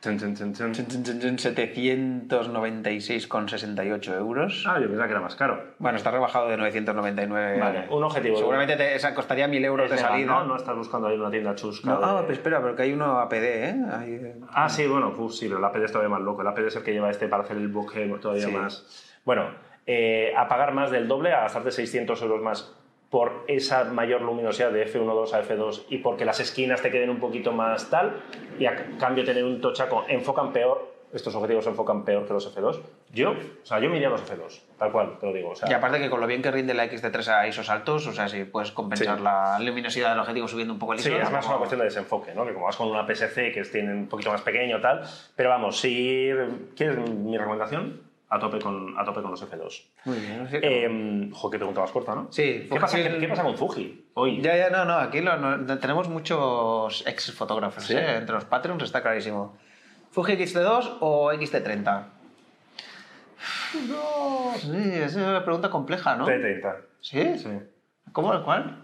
S3: Chun, chun, chun, chun.
S2: 796,68 euros.
S3: Ah, yo pensaba que era más caro.
S2: Bueno, está rebajado de 999.
S3: Vale, un objetivo.
S2: Seguramente te- esa costaría 1000 euros
S3: Es
S2: de
S3: legal,
S2: salida.
S3: ¿no? No estás buscando ahí una tienda chusca.
S2: No,
S3: de-
S2: ah, pero espera, pero que hay uno APD, ¿eh? Hay, eh,
S3: Ah, sí, bueno, uf, sí, pero el APD es todavía más loco. El APD es el que lleva este para hacer el bokeh todavía
S2: Sí.
S3: más. Bueno, eh, a pagar más del doble, a gastarte 600 euros más por esa mayor luminosidad de F1.2 a F2 y porque las esquinas te queden un poquito más tal, y a cambio tener un tochaco, enfocan peor, estos objetivos enfocan peor que los F2. Yo, o sea, yo me iría a los F2, tal cual, te lo digo. O sea,
S2: Y aparte que con lo bien que rinde la X-T3 a ISOs altos, o sea, si puedes compensar
S3: Sí.
S2: la luminosidad del objetivo subiendo un poco el ISO.
S3: Sí, es más
S2: como-
S3: una cuestión de desenfoque, ¿no? Que como vas con una PSC que es- tiene un poquito más pequeño tal, pero vamos, si quieres mi recomendación, a tope con, a tope con los F2.
S2: Muy bien, sí.
S3: Eh, jo, qué pregunta más corta, ¿no?
S2: Sí,
S3: ¿Qué
S2: Fuji-
S3: pasa, qué- qué pasa con Fuji hoy?
S2: Ya, ya, no, no, aquí lo- no- tenemos muchos ex fotógrafos,
S3: Sí.
S2: ¿eh? Entre los Patreons está clarísimo. ¿Fuji XT2 o XT30? No. Sí, esa es una pregunta compleja, ¿no?
S3: T30.
S2: ¿Sí?
S3: Sí.
S2: ¿Cómo? ¿Cuál?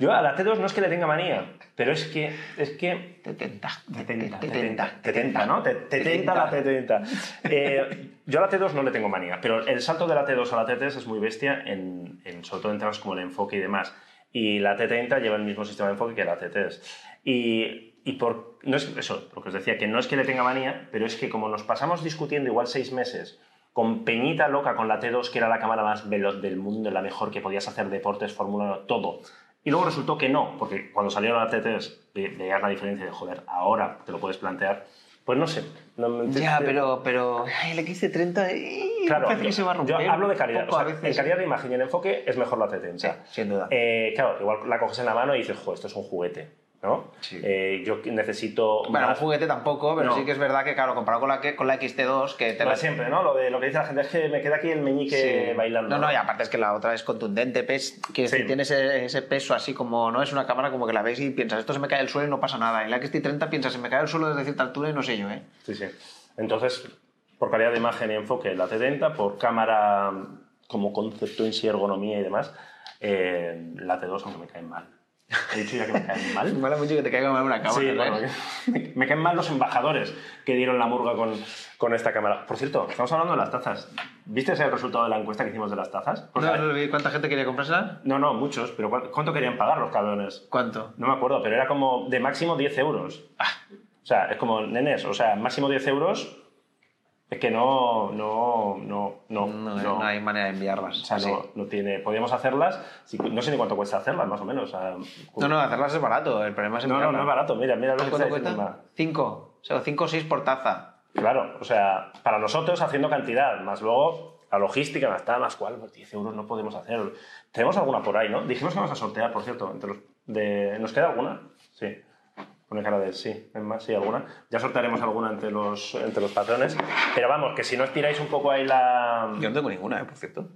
S3: Yo a la T2 no es que le tenga manía, pero es que, es que
S2: T30.
S3: Te tenta, te
S2: T30.
S3: tenta, te tenta, ¿no? Te, te tenta la T30. Eh, yo a la T2 no le tengo manía, pero el salto de la T2 a la T3 es muy bestia, en, en- sobre todo en temas como el enfoque y demás. Y la T30 lleva el mismo sistema de enfoque que la T3. Y, y por, no es eso, lo que os decía, que no es que le tenga manía, pero es que como nos pasamos discutiendo igual seis meses con Peñita Loca, con la T2, que era la cámara más veloz del mundo, la mejor que podías hacer deportes, Fórmula 1, todo. Y luego resultó que no, porque cuando salieron las T3 ve- veías la diferencia de, joder, ahora te lo puedes plantear. Pues no sé. no me-
S2: Ya,
S3: te-
S2: pero, pero ay, el XT30 eh,
S3: Claro,
S2: parece que se va a romper.
S3: yo hablo de
S2: un
S3: calidad.
S2: poco
S3: o sea,
S2: a
S3: En
S2: veces.
S3: calidad de imagen y en enfoque es mejor la T30.
S2: Sí, sin duda.
S3: Eh, claro, igual la coges en la mano y dices, joder, esto es un juguete, ¿no?
S2: Sí.
S3: Eh, yo necesito
S2: Bueno, un
S3: más-
S2: juguete tampoco, pero
S3: No.
S2: sí que es verdad que, claro, comparado con la, que- con la XT2, que te
S3: Lo
S2: la-
S3: de siempre, ¿no? Lo, de, lo que dice la gente es que me queda aquí el meñique
S2: Sí.
S3: bailando.
S2: No, no, y aparte es que la otra es contundente, pes, que
S3: Sí.
S2: si tiene ese, ese peso así como, ¿no? Es una cámara como que la ves y piensas, esto se me cae al suelo y no pasa nada. Y la XT30 piensas, se me cae al suelo desde cierta altura y no sé yo, ¿eh?
S3: Sí, sí. Entonces, por calidad de imagen y enfoque, la T30, por cámara como concepto en sí, ergonomía y demás, eh, la T2, aunque me caen mal. He dicho ya que me caen mal.
S2: Mola mucho que te caiga mal una cámara,
S3: Sí,
S2: ¿eh?
S3: bueno, que- me caen mal los embajadores que dieron la murga con, con esta cámara. Por cierto, estamos hablando de las tazas. ¿Viste ese resultado de la encuesta que hicimos de las tazas? Porque-
S2: No, no lo vi. ¿Cuánta gente quería comprársela?
S3: no, no, muchos, pero ¿cu- ¿cuánto querían pagar los cabrones?
S2: ¿Cuánto?
S3: No me acuerdo, pero era como de máximo 10 euros.
S2: Ah.
S3: O sea, es como, nenes, o sea, máximo 10 euros es que no, no, no, no.
S2: No, eh, no hay manera de enviarlas.
S3: O sea,
S2: así.
S3: no, no tiene, podríamos hacerlas, si- no sé ni cuánto cuesta hacerlas, más o menos. o sea,
S2: No, no, hacerlas es barato. El problema es
S3: no, no,
S2: enviarlas.
S3: no es barato, mira, mira lo que está
S2: ¿Cuánto
S3: diciendo
S2: cuesta?
S3: Inma.
S2: 5. O sea, 5 o 6 por taza.
S3: Claro, o sea, para nosotros haciendo cantidad, más luego la logística, más tal, más cual, pues 10 euros no podemos hacer. Tenemos alguna por ahí, ¿no? Dijimos que vamos a sortear, por cierto, entre los- de- ¿nos queda alguna? Sí. Pone cara de sí, es más, sí, alguna. Ya sortearemos alguna entre los, entre los patrones. Pero vamos, que si no estiráis un poco ahí la...
S2: Yo no tengo ninguna, ¿eh? Por cierto.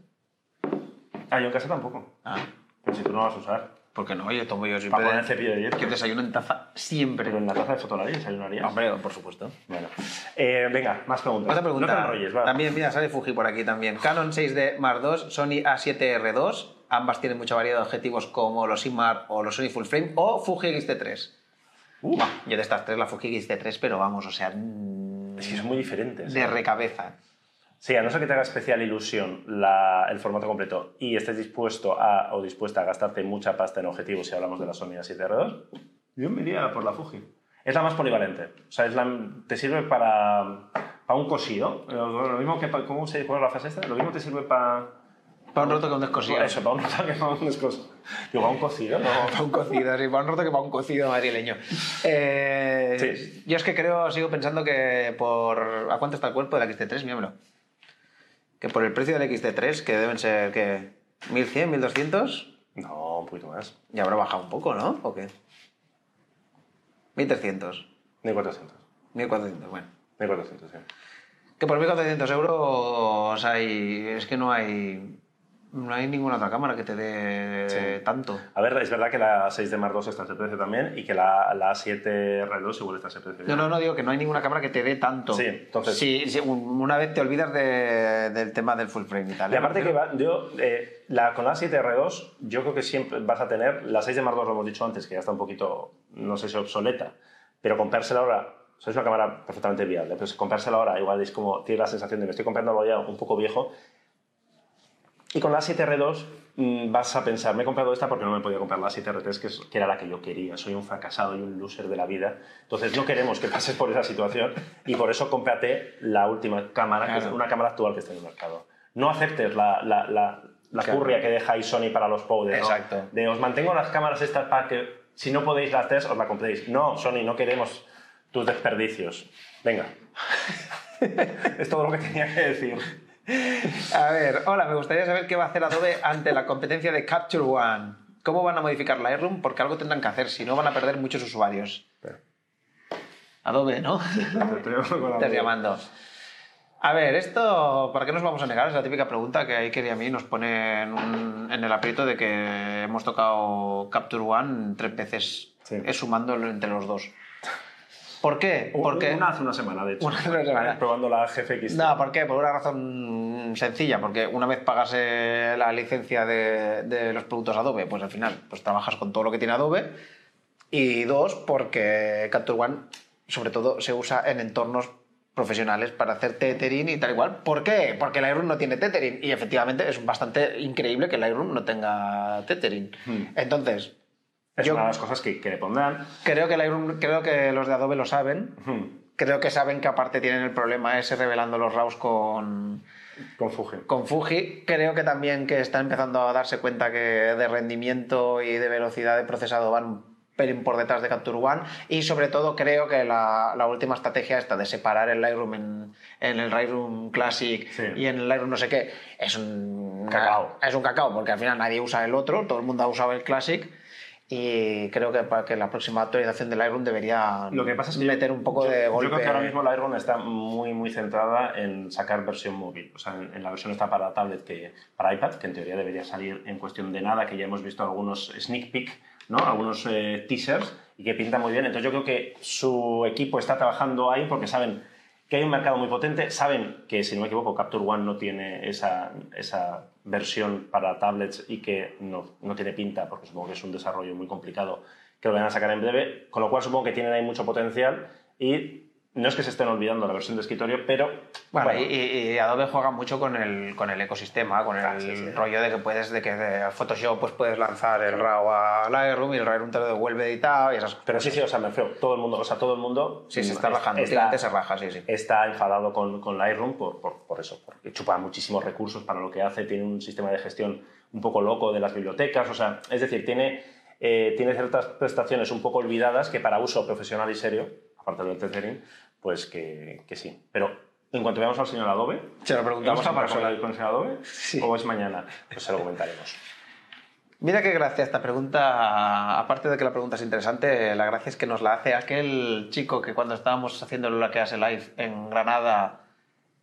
S3: Ah, yo en casa tampoco.
S2: Ah,
S3: Pero si tú no vas a usar.
S2: porque no, yo tomo yo
S3: Para
S2: siempre.
S3: poner el cepillo de
S2: Que
S3: dientes.
S2: desayuno en taza siempre.
S3: Pero en la taza de fotolaria desayunarías.
S2: Hombre, por supuesto.
S3: Bueno. Eh, venga, más preguntas.
S2: Otra pregunta.
S3: No te enrolles, va.
S2: También, mira, sale Fuji por aquí también. Canon 6D Mark II, Sony A7R2. Ambas tienen mucha variedad de objetivos como los IMAR o los Sony Full Frame o Fuji X-T3.
S3: Uh,
S2: Bah, yo de estas tres, la Fuji X-T3, pero vamos, o sea, mm,
S3: es que es muy diferente.
S2: de recabeza.
S3: Sí, a no ser que te haga especial ilusión la- el formato completo y estés dispuesto a, o dispuesta a gastarte mucha pasta en objetivos si hablamos de la Sony A7R2, yo me iría por la Fuji. Es la más polivalente. O sea, es la, te sirve para, para un cosido. Lo, lo mismo que pa- ¿Cómo se cuál es la frase esta? Lo mismo te sirve para...
S2: Para un roto que un descosido.
S3: Eso, para un que para un descos- Digo, para un cocido, ¿no?
S2: Para un cocido, sí, para un roto que para un cocido madrileño. Eh,
S3: Sí.
S2: Yo es que creo, sigo pensando que por. ¿A cuánto está el cuerpo del XT3? Míramelo. Que por el precio del XT3, que deben ser, ¿qué? ¿1100, 1200?
S3: No, un poquito más.
S2: Ya habrá bajado un poco, ¿no? ¿O qué? 1300,
S3: 1400.
S2: 1400, bueno.
S3: 1400, sí.
S2: Que por 1400 euros hay. Es que no hay. No hay ninguna otra cámara que te dé
S3: Sí.
S2: tanto.
S3: A ver, es verdad que la 6 de Mark II está a ese precio también y que la, la A7R2 igual está a ese precio.
S2: No, no, no digo que no hay ninguna cámara que te dé tanto.
S3: Sí, entonces-
S2: Sí, sí, un- una vez te olvidas de- del tema del full frame y tal.
S3: Y
S2: ¿eh?
S3: aparte que va- yo, eh, la, con la 7R2 yo creo que siempre vas a tener, la 6 de Mark II lo hemos dicho antes, que ya está un poquito, no sé si obsoleta, pero comprársela ahora O sea, es una cámara perfectamente viable, pero si comprársela ahora, igual es como, tiene la sensación de me estoy comprando algo ya un poco viejo. Y con la 7R2 mm, vas a pensar, me he comprado esta porque no me podía comprar la 7R3, que, es- que era la que yo quería. Soy un fracasado y un loser de la vida. Entonces no queremos que pases por esa situación y por eso cómprate la última cámara, que es
S2: Claro.
S3: una cámara actual que está en el mercado. No aceptes la, la, la, la
S2: Claro.
S3: curria que dejáis Sony para los powders. ¿no?
S2: Exacto.
S3: De os mantengo las cámaras estas para que si no podéis las tres, os la compréis. No, Sony, no queremos tus desperdicios. Venga. es todo lo que tenía que decir.
S2: A ver, hola, me gustaría saber qué va a hacer Adobe ante la competencia de Capture One. ¿Cómo van a modificar la Lightroom? Porque algo tendrán que hacer, si no van a perder muchos usuarios. Adobe, ¿no? Estás llamando. A ver, esto, ¿para qué nos vamos a negar? Es la típica pregunta que a Iker y a mí nos pone en, un- en el aprieto de que hemos tocado Capture One tres veces,
S3: Sí.
S2: eh, sumándolo entre los dos. ¿Por qué? Porque...
S3: Porque una hace una semana, de hecho. Eh,
S2: Una hace una semana.
S3: Probando la GFX.
S2: No, ¿por qué? Por una razón sencilla, porque una vez pagas eh, la licencia de, de los productos Adobe, pues al final pues trabajas con todo lo que tiene Adobe. Y dos, porque Capture One sobre todo se usa en entornos profesionales para hacer tethering y tal igual. ¿Por qué? Porque Lightroom no tiene tethering y efectivamente es bastante increíble que Lightroom no tenga tethering. Entonces,
S3: es
S2: yo-
S3: una de las cosas que, que le pondrán.
S2: creo que Lightroom- creo que los de Adobe lo saben.
S3: Hmm,
S2: Creo que saben que aparte tienen el problema ese revelando los RAWs con,
S3: Con Fuji.
S2: con Fuji. Creo que también que está empezando a darse cuenta que de rendimiento y de velocidad de procesado van un pelín por detrás de Capture One y sobre todo creo que la, la última estrategia esta de separar el Lightroom en, en el Lightroom Classic
S3: Sí.
S2: y en el Lightroom no sé qué es un
S3: Cacao.
S2: es un cacao porque al final nadie usa el otro todo el mundo ha usado el Classic y creo que para que la próxima actualización del Lightroom debería
S3: Lo que pasa es que
S2: meter un poco
S3: yo,
S2: de
S3: yo
S2: golpe
S3: creo que ahora mismo la Lightroom está muy, muy centrada en sacar versión móvil. O sea, en, en la versión está para tablet, que para iPad, que en teoría debería salir en cuestión de nada, que ya hemos visto algunos sneak peek, ¿no? Algunos eh, teasers y que pinta muy bien. Entonces yo creo que su equipo está trabajando ahí porque saben que hay un mercado muy potente, saben que, si no me equivoco, Capture One no tiene esa, esa versión para tablets y que no, no tiene pinta, porque supongo que es un desarrollo muy complicado que lo van a sacar en breve, con lo cual supongo que tienen ahí mucho potencial y no es que se estén olvidando la versión de escritorio, pero...
S2: Bueno,
S3: bueno,
S2: y, y- y Adobe juega mucho con el, con el ecosistema, con el rollo de que puedes, de que de Photoshop pues puedes lanzar el RAW a Lightroom y el Lightroom te lo devuelve editado y esas cosas.
S3: Pero sí, sí, o sea, me refiero, todo el mundo, o sea, todo el mundo...
S2: Sí, se
S3: mm,
S2: está rajando, últimamente se raja, sí, sí.
S3: está enfadado con, con Lightroom por, por, por eso, porque chupa muchísimos recursos para lo que hace, tiene un sistema de gestión un poco loco de las bibliotecas, o sea, es decir, tiene, eh, tiene ciertas prestaciones un poco olvidadas que para uso profesional y serio, aparte del tethering, pues que, que sí. Pero en cuanto veamos al señor Adobe,
S2: Se lo preguntamos
S3: ¿vamos a
S2: en
S3: parar
S2: persona.
S3: con la- con el señor Adobe? ¿O es mañana? Pues se lo comentaremos.
S2: Mira qué gracia esta pregunta. Aparte de que la pregunta es interesante, la gracia es que nos la hace aquel chico que cuando estábamos haciendo la que hace live en Granada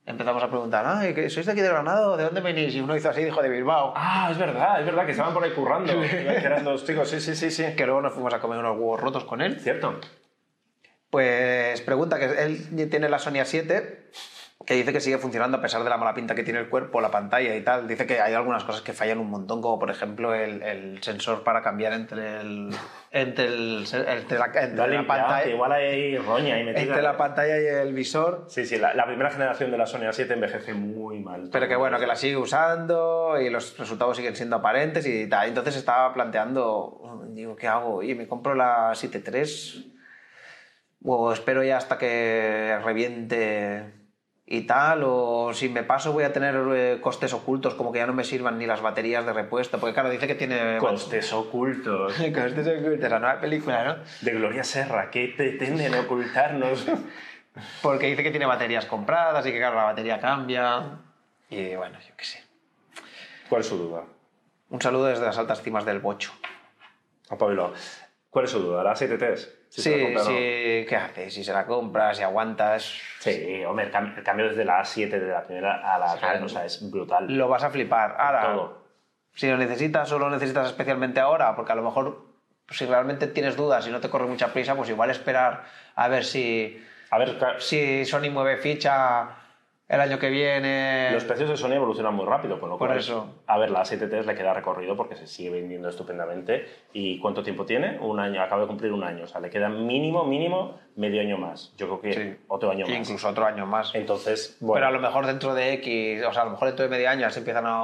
S2: empezamos a preguntar, "Ay, ¿que ¿sois de aquí de Granada o de dónde venís? Y uno hizo así, dijo de Bilbao.
S3: Ah, es verdad, es verdad que estaban por ahí currando. que eran dos chicos, sí, sí, sí, sí.
S2: Que luego nos fuimos a comer unos huevos rotos con él.
S3: Cierto.
S2: Pues pregunta que él tiene la Sony A7 que dice que sigue funcionando a pesar de la mala pinta que tiene el cuerpo, la pantalla y tal. Dice que hay algunas cosas que fallan un montón, como por ejemplo el, el sensor para cambiar entre el entre el- entre la, entre
S3: Lo
S2: la
S3: han limpiado, que
S2: pantalla
S3: igual hay roña ahí metida.
S2: entre la pantalla y el visor.
S3: Sí, sí, la, la primera generación de la Sony A7 envejece muy mal.
S2: Pero que bueno, que la sigue usando y los resultados siguen siendo aparentes y tal. Entonces estaba planteando, digo, ¿qué hago? ¿Y me compro la 7.3? ¿O espero ya hasta que reviente y tal? ¿O si me paso voy a tener eh, costes ocultos como que ya no me sirvan ni las baterías de repuesto? Porque claro, dice que tiene...
S3: Costes ocultos.
S2: Costes ocultos, la nueva película, ¿no?
S3: De Gloria Serra, ¿qué pretenden ocultarnos?
S2: Porque dice que tiene baterías compradas y que claro, la batería cambia. Y bueno, yo qué sé.
S3: ¿Cuál es su duda?
S2: Un saludo desde las altas cimas del bocho.
S3: A Pablo, ¿cuál es su duda? ¿La 7T?
S2: Sí, sí, ¿qué haces? Si se la compras, si aguantas,
S3: Sí, hombre, el cam- el cambio desde la A7, de la primera a la
S2: Claro.
S3: otra, o sea, es brutal.
S2: lo vas a flipar. Ahora,
S3: Todo.
S2: si lo necesitas o lo necesitas especialmente ahora, porque a lo mejor si realmente tienes dudas y no te corre mucha prisa, pues igual esperar a ver si,
S3: A ver, claro,
S2: si Sony mueve ficha el año que viene.
S3: Los precios de Sony evolucionan muy rápido, con lo
S2: Por
S3: cual,
S2: eso.
S3: a ver, la 7.3 le queda recorrido porque se sigue vendiendo estupendamente. ¿Y cuánto tiempo tiene? Un año, acaba de cumplir un año, o sea, le queda mínimo, mínimo medio año más. Yo creo que
S2: Sí.
S3: otro año
S2: Y
S3: más.
S2: incluso otro año más.
S3: Entonces, bueno,
S2: Pero a lo mejor dentro de X, o sea, a lo mejor dentro de medio año ya se empiezan a,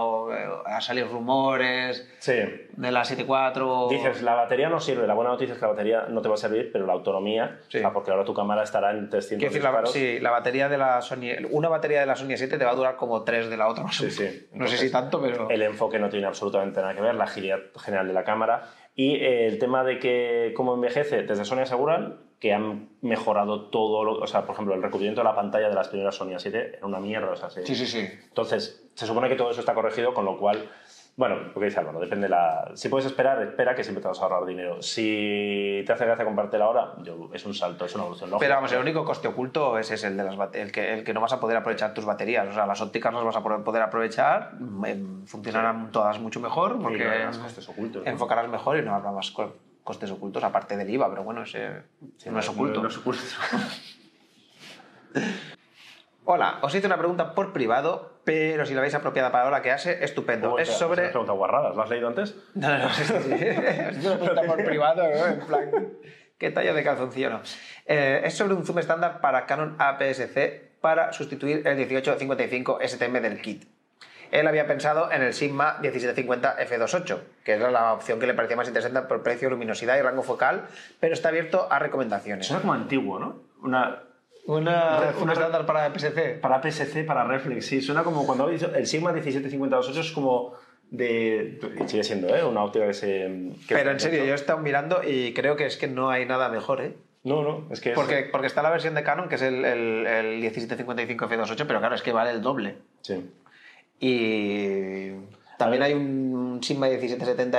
S2: a salir rumores
S3: sí.
S2: de la 7.4.
S3: Dices, la batería no sirve. La buena noticia es que la batería no te va a servir, pero la autonomía,
S2: Sí.
S3: ah, porque ahora tu cámara estará en 300
S2: Quiero decir, la,
S3: disparos.
S2: sí, la batería de la Sony, una batería de la Sony 7 te va a durar como tres de la otra, más
S3: Sí,
S2: o menos.
S3: sí.
S2: no sé
S3: Entonces,
S2: si tanto, pero.
S3: El enfoque no tiene absolutamente nada que ver, la agilidad general de la cámara. Y eh, el tema de que cómo envejece, desde Sony aseguran que han mejorado todo, lo- o sea, por ejemplo, el recubrimiento de la pantalla de las primeras Sony A7 era una mierda, o sea, se-
S2: Sí, sí, sí.
S3: entonces, se supone que todo eso está corregido, con lo cual, bueno, lo que dice Álvaro, depende la... Si puedes esperar, espera, que siempre te vas a ahorrar dinero. Si te hace gracia comprártela ahora, yo- es un salto, es una evolución lógica.
S2: Pero vamos, el único coste oculto es, es el de las bate- el que, el que no vas a poder aprovechar tus baterías. O sea, las ópticas las vas a poder- poder aprovechar, em, funcionarán todas mucho
S3: Y
S2: mejor
S3: no hay
S2: porque
S3: más costes ocultos. ¿no?
S2: enfocarás mejor y no habrá más co- costes ocultos, aparte del IVA, pero bueno, ese
S3: Sí,
S2: no es oculto.
S3: No es oculto.
S2: Hola, os hice una pregunta por privado, pero si la veis apropiada para ahora que hace, estupendo.
S3: Uy,
S2: es
S3: espera,
S2: sobre...
S3: has preguntado guarradas, ¿lo has leído antes?
S2: No, no, no, sí, sí, sí. Es una pregunta por privado, ¿no? En plan, ¿qué talla de calzoncillo no? Eh, es sobre un zoom estándar para Canon APS-C para sustituir el 1855 STM del kit. Él había pensado en el Sigma 1750 f2.8, que era la opción que le parecía más interesante por precio, luminosidad y rango focal, pero está abierto a recomendaciones.
S3: Suena como antiguo, ¿no? Una...
S2: Una,
S3: una-
S2: estándar para APS-C.
S3: Para PSC, para Reflex, sí, suena como cuando habéis dicho, el Sigma 17528 es como de... y Sigue siendo, ¿eh? Una óptica que se... que-
S2: Pero en serio, yo he estado mirando y creo que es que no hay nada mejor, ¿eh?
S3: No, no, es que... es-
S2: Porque, porque está la versión de Canon, que es el, el, el 1755F28, pero claro, es que vale el doble.
S3: Sí.
S2: Y también hay un Sigma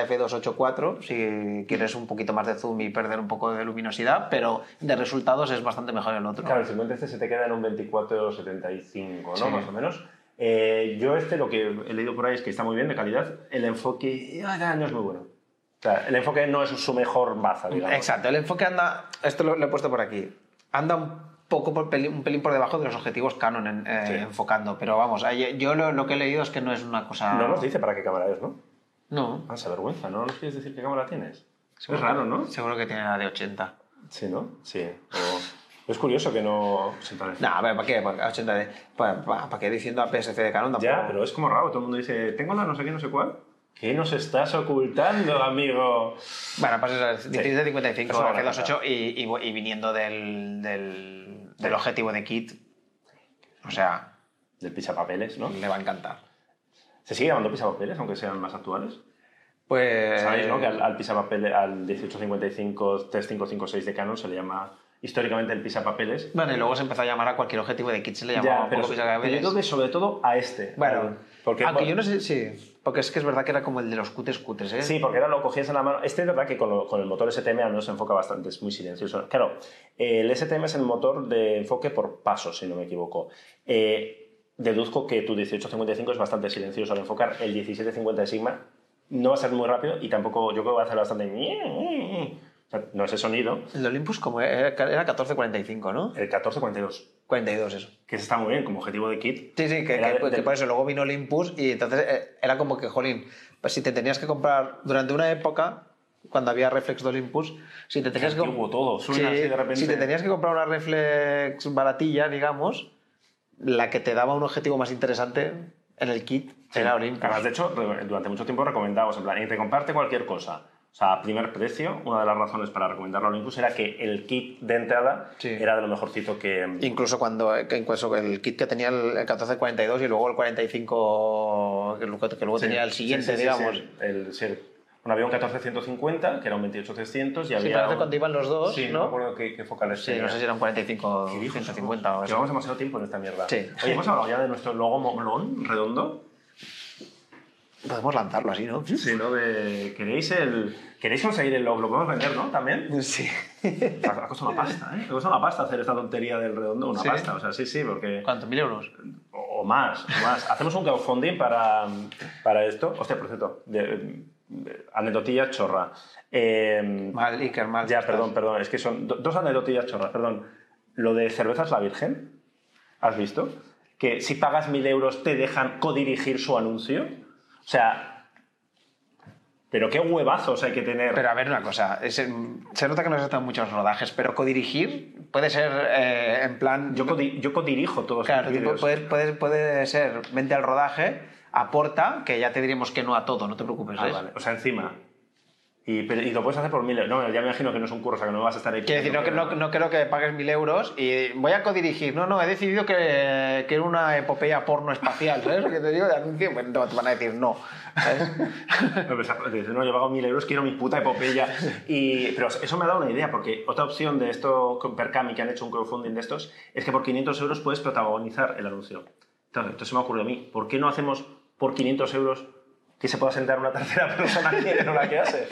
S2: 1770F284, si quieres un poquito más de zoom y perder un poco de luminosidad, pero de resultados es bastante mejor el otro.
S3: Claro, el 50 este se te queda en un 24,75, ¿no?
S2: Sí.
S3: Más o menos. Eh, yo este lo que he leído por ahí es que está muy bien de calidad. El enfoque ah, no es muy bueno. O sea, el enfoque no es su mejor baza, digamos.
S2: Exacto, el enfoque anda, esto lo, lo he puesto por aquí, anda un poco por peli- un pelín por debajo de los objetivos Canon en- eh,
S3: Sí.
S2: enfocando, pero vamos, ahí- yo lo, lo que he leído es que no es una cosa...
S3: No nos dice para qué cámara es, ¿no?
S2: No.
S3: Ah, se avergüenza, ¿no? ¿Nos quieres decir qué cámara tienes? es
S2: Seguro-
S3: raro, ¿no?
S2: Seguro que tiene la de 80.
S3: Sí, ¿no? Sí. O- Es curioso que no... se parece.
S2: No, a ver, ¿para qué? ¿Para 80 de- ¿Para, para, para qué diciendo a PSC de Canon tampoco?
S3: Ya, pero es como raro. Todo el mundo dice, tengo la no sé qué, no sé cuál. ¿Qué nos estás ocultando, amigo?
S2: Bueno, pues eso, 1755
S3: Es una buena
S2: F28 y, y, y viniendo del, del, del objetivo de Kit, o sea,
S3: Del pisapapeles, ¿no?
S2: le va a encantar.
S3: ¿Se sigue llamando pisapapeles, aunque sean más actuales?
S2: Pues...
S3: Sabéis, ¿no? Que al, al pisapapeles, al 1855, 3556 de Canon se le llama históricamente el pisapapeles.
S2: Bueno, y luego se empezó a llamar a cualquier objetivo de Kit, se le llamaba
S3: Ya,
S2: un
S3: pero,
S2: poco
S3: pero yo creo que
S2: pisacabeles.
S3: sobre todo a este.
S2: Bueno,
S3: al- porque,
S2: aunque
S3: bueno,
S2: yo no sé, sí, porque es que es verdad que era como el de los cutres cutres, ¿eh?
S3: Sí, porque ahora lo cogías en la mano. Este es verdad que con, lo- con el motor STM al menos se enfoca bastante, es muy silencioso. Claro, eh, el STM es el motor de enfoque por paso, si no me equivoco. Eh, deduzco que tu 1855 es bastante silencioso al enfocar. El 1750 de Sigma no va a ser muy rápido y tampoco, yo creo que va a hacer bastante. O sea, no ese sonido.
S2: El Olympus como era, era 1445, ¿no?
S3: El 1442.
S2: 42 eso.
S3: que está muy bien como objetivo de kit.
S2: Sí, sí, que,
S3: Era
S2: que- pues,
S3: de-
S2: que
S3: de-
S2: por eso luego vino Olympus y entonces eh, era como que, jolín, pues si te tenías que comprar durante una época, cuando había reflex de Olympus, si te tenías que,
S3: antiguo todo, suena
S2: Sí,
S3: así de repente.
S2: si te tenías que comprar una reflex baratilla, digamos, la que te daba un objetivo más interesante en el kit era Olympus.
S3: Además, de hecho, re- durante mucho tiempo recomendábamos, en plan, entre comprarte cualquier cosa. O sea, a primer precio, una de las razones para recomendarlo a Olympus era que el kit de entrada
S2: Sí.
S3: era de lo mejorcito que...
S2: Incluso cuando eh, que incluso el kit que tenía el el 1442 y luego el 45 que luego, que luego
S3: Sí,
S2: tenía el
S3: sí,
S2: siguiente,
S3: sí, sí,
S2: digamos.
S3: sí. El, sí, un avión 1450, que era un 28300, y
S2: Sí,
S3: había...
S2: parece
S3: un-
S2: cuando iban los dos,
S3: Sí,
S2: ¿no?
S3: me acuerdo qué, qué focales
S2: Sí,
S3: tenía.
S2: no sé si eran 45
S3: ¿Qué dijo?
S2: 150 o eso.
S3: Llevamos demasiado tiempo en esta mierda.
S2: Sí.
S3: Oye, hemos hablado ya de nuestro logo molón, redondo.
S2: Podemos lanzarlo así, ¿no?
S3: Sí, ¿no? De- ¿Queréis, el... ¿Queréis conseguir el logo? ¿Lo podemos vender, no? También.
S2: Sí.
S3: Ha ha costado una pasta, ¿eh? Ha costado una pasta hacer esta tontería del redondo. Una
S2: ¿Sí?
S3: pasta, o sea, sí, sí, porque...
S2: ¿Cuánto? ¿Mil euros?
S3: O o más, o más. Hacemos un crowdfunding para, para esto. Hostia, por cierto, de- de- anecdotillas chorra. Eh,
S2: Mal, Iker, mal.
S3: ya, perdón, perdón. Es que son do- dos anecdotillas chorras, perdón. Lo de cervezas la virgen, ¿has visto? que si pagas mil euros te dejan codirigir su anuncio. O sea, pero qué huevazos hay que tener.
S2: Pero a ver una cosa, es- em, se nota que nos están muchos rodajes, pero codirigir puede ser eh, en plan...
S3: yo, codi- yo codirijo todos
S2: Claro,
S3: mis
S2: tú
S3: vídeos.
S2: puedes, puedes- puede ser, vente al rodaje, aporta, que ya te diremos que no a todo, no te preocupes.
S3: Ah,
S2: ¿sabes?
S3: vale. O sea, encima. Y, pero- y lo puedes hacer por mil euros. No, ya me imagino que no es un curso, o sea, que no vas a estar ahí.
S2: Quiero decir, no, que- no, no creo que pagues mil euros y voy a codirigir. No, no, he decidido que, que era una epopeya porno espacial, ¿sabes lo que te digo? De anuncio, pues no, te van a decir no. ¿sabes?
S3: No, pero esa- dices, no, yo pago mil euros, quiero mi puta epopeya. Y, pero eso me ha dado una idea, porque otra opción de esto con Percami, que han hecho un crowdfunding de estos, es que por 500 euros puedes protagonizar el anuncio. Entonces, entonces se me ha ocurrido a mí, ¿por qué no hacemos por 500 euros que se pueda sentar una tercera persona que no la que hace?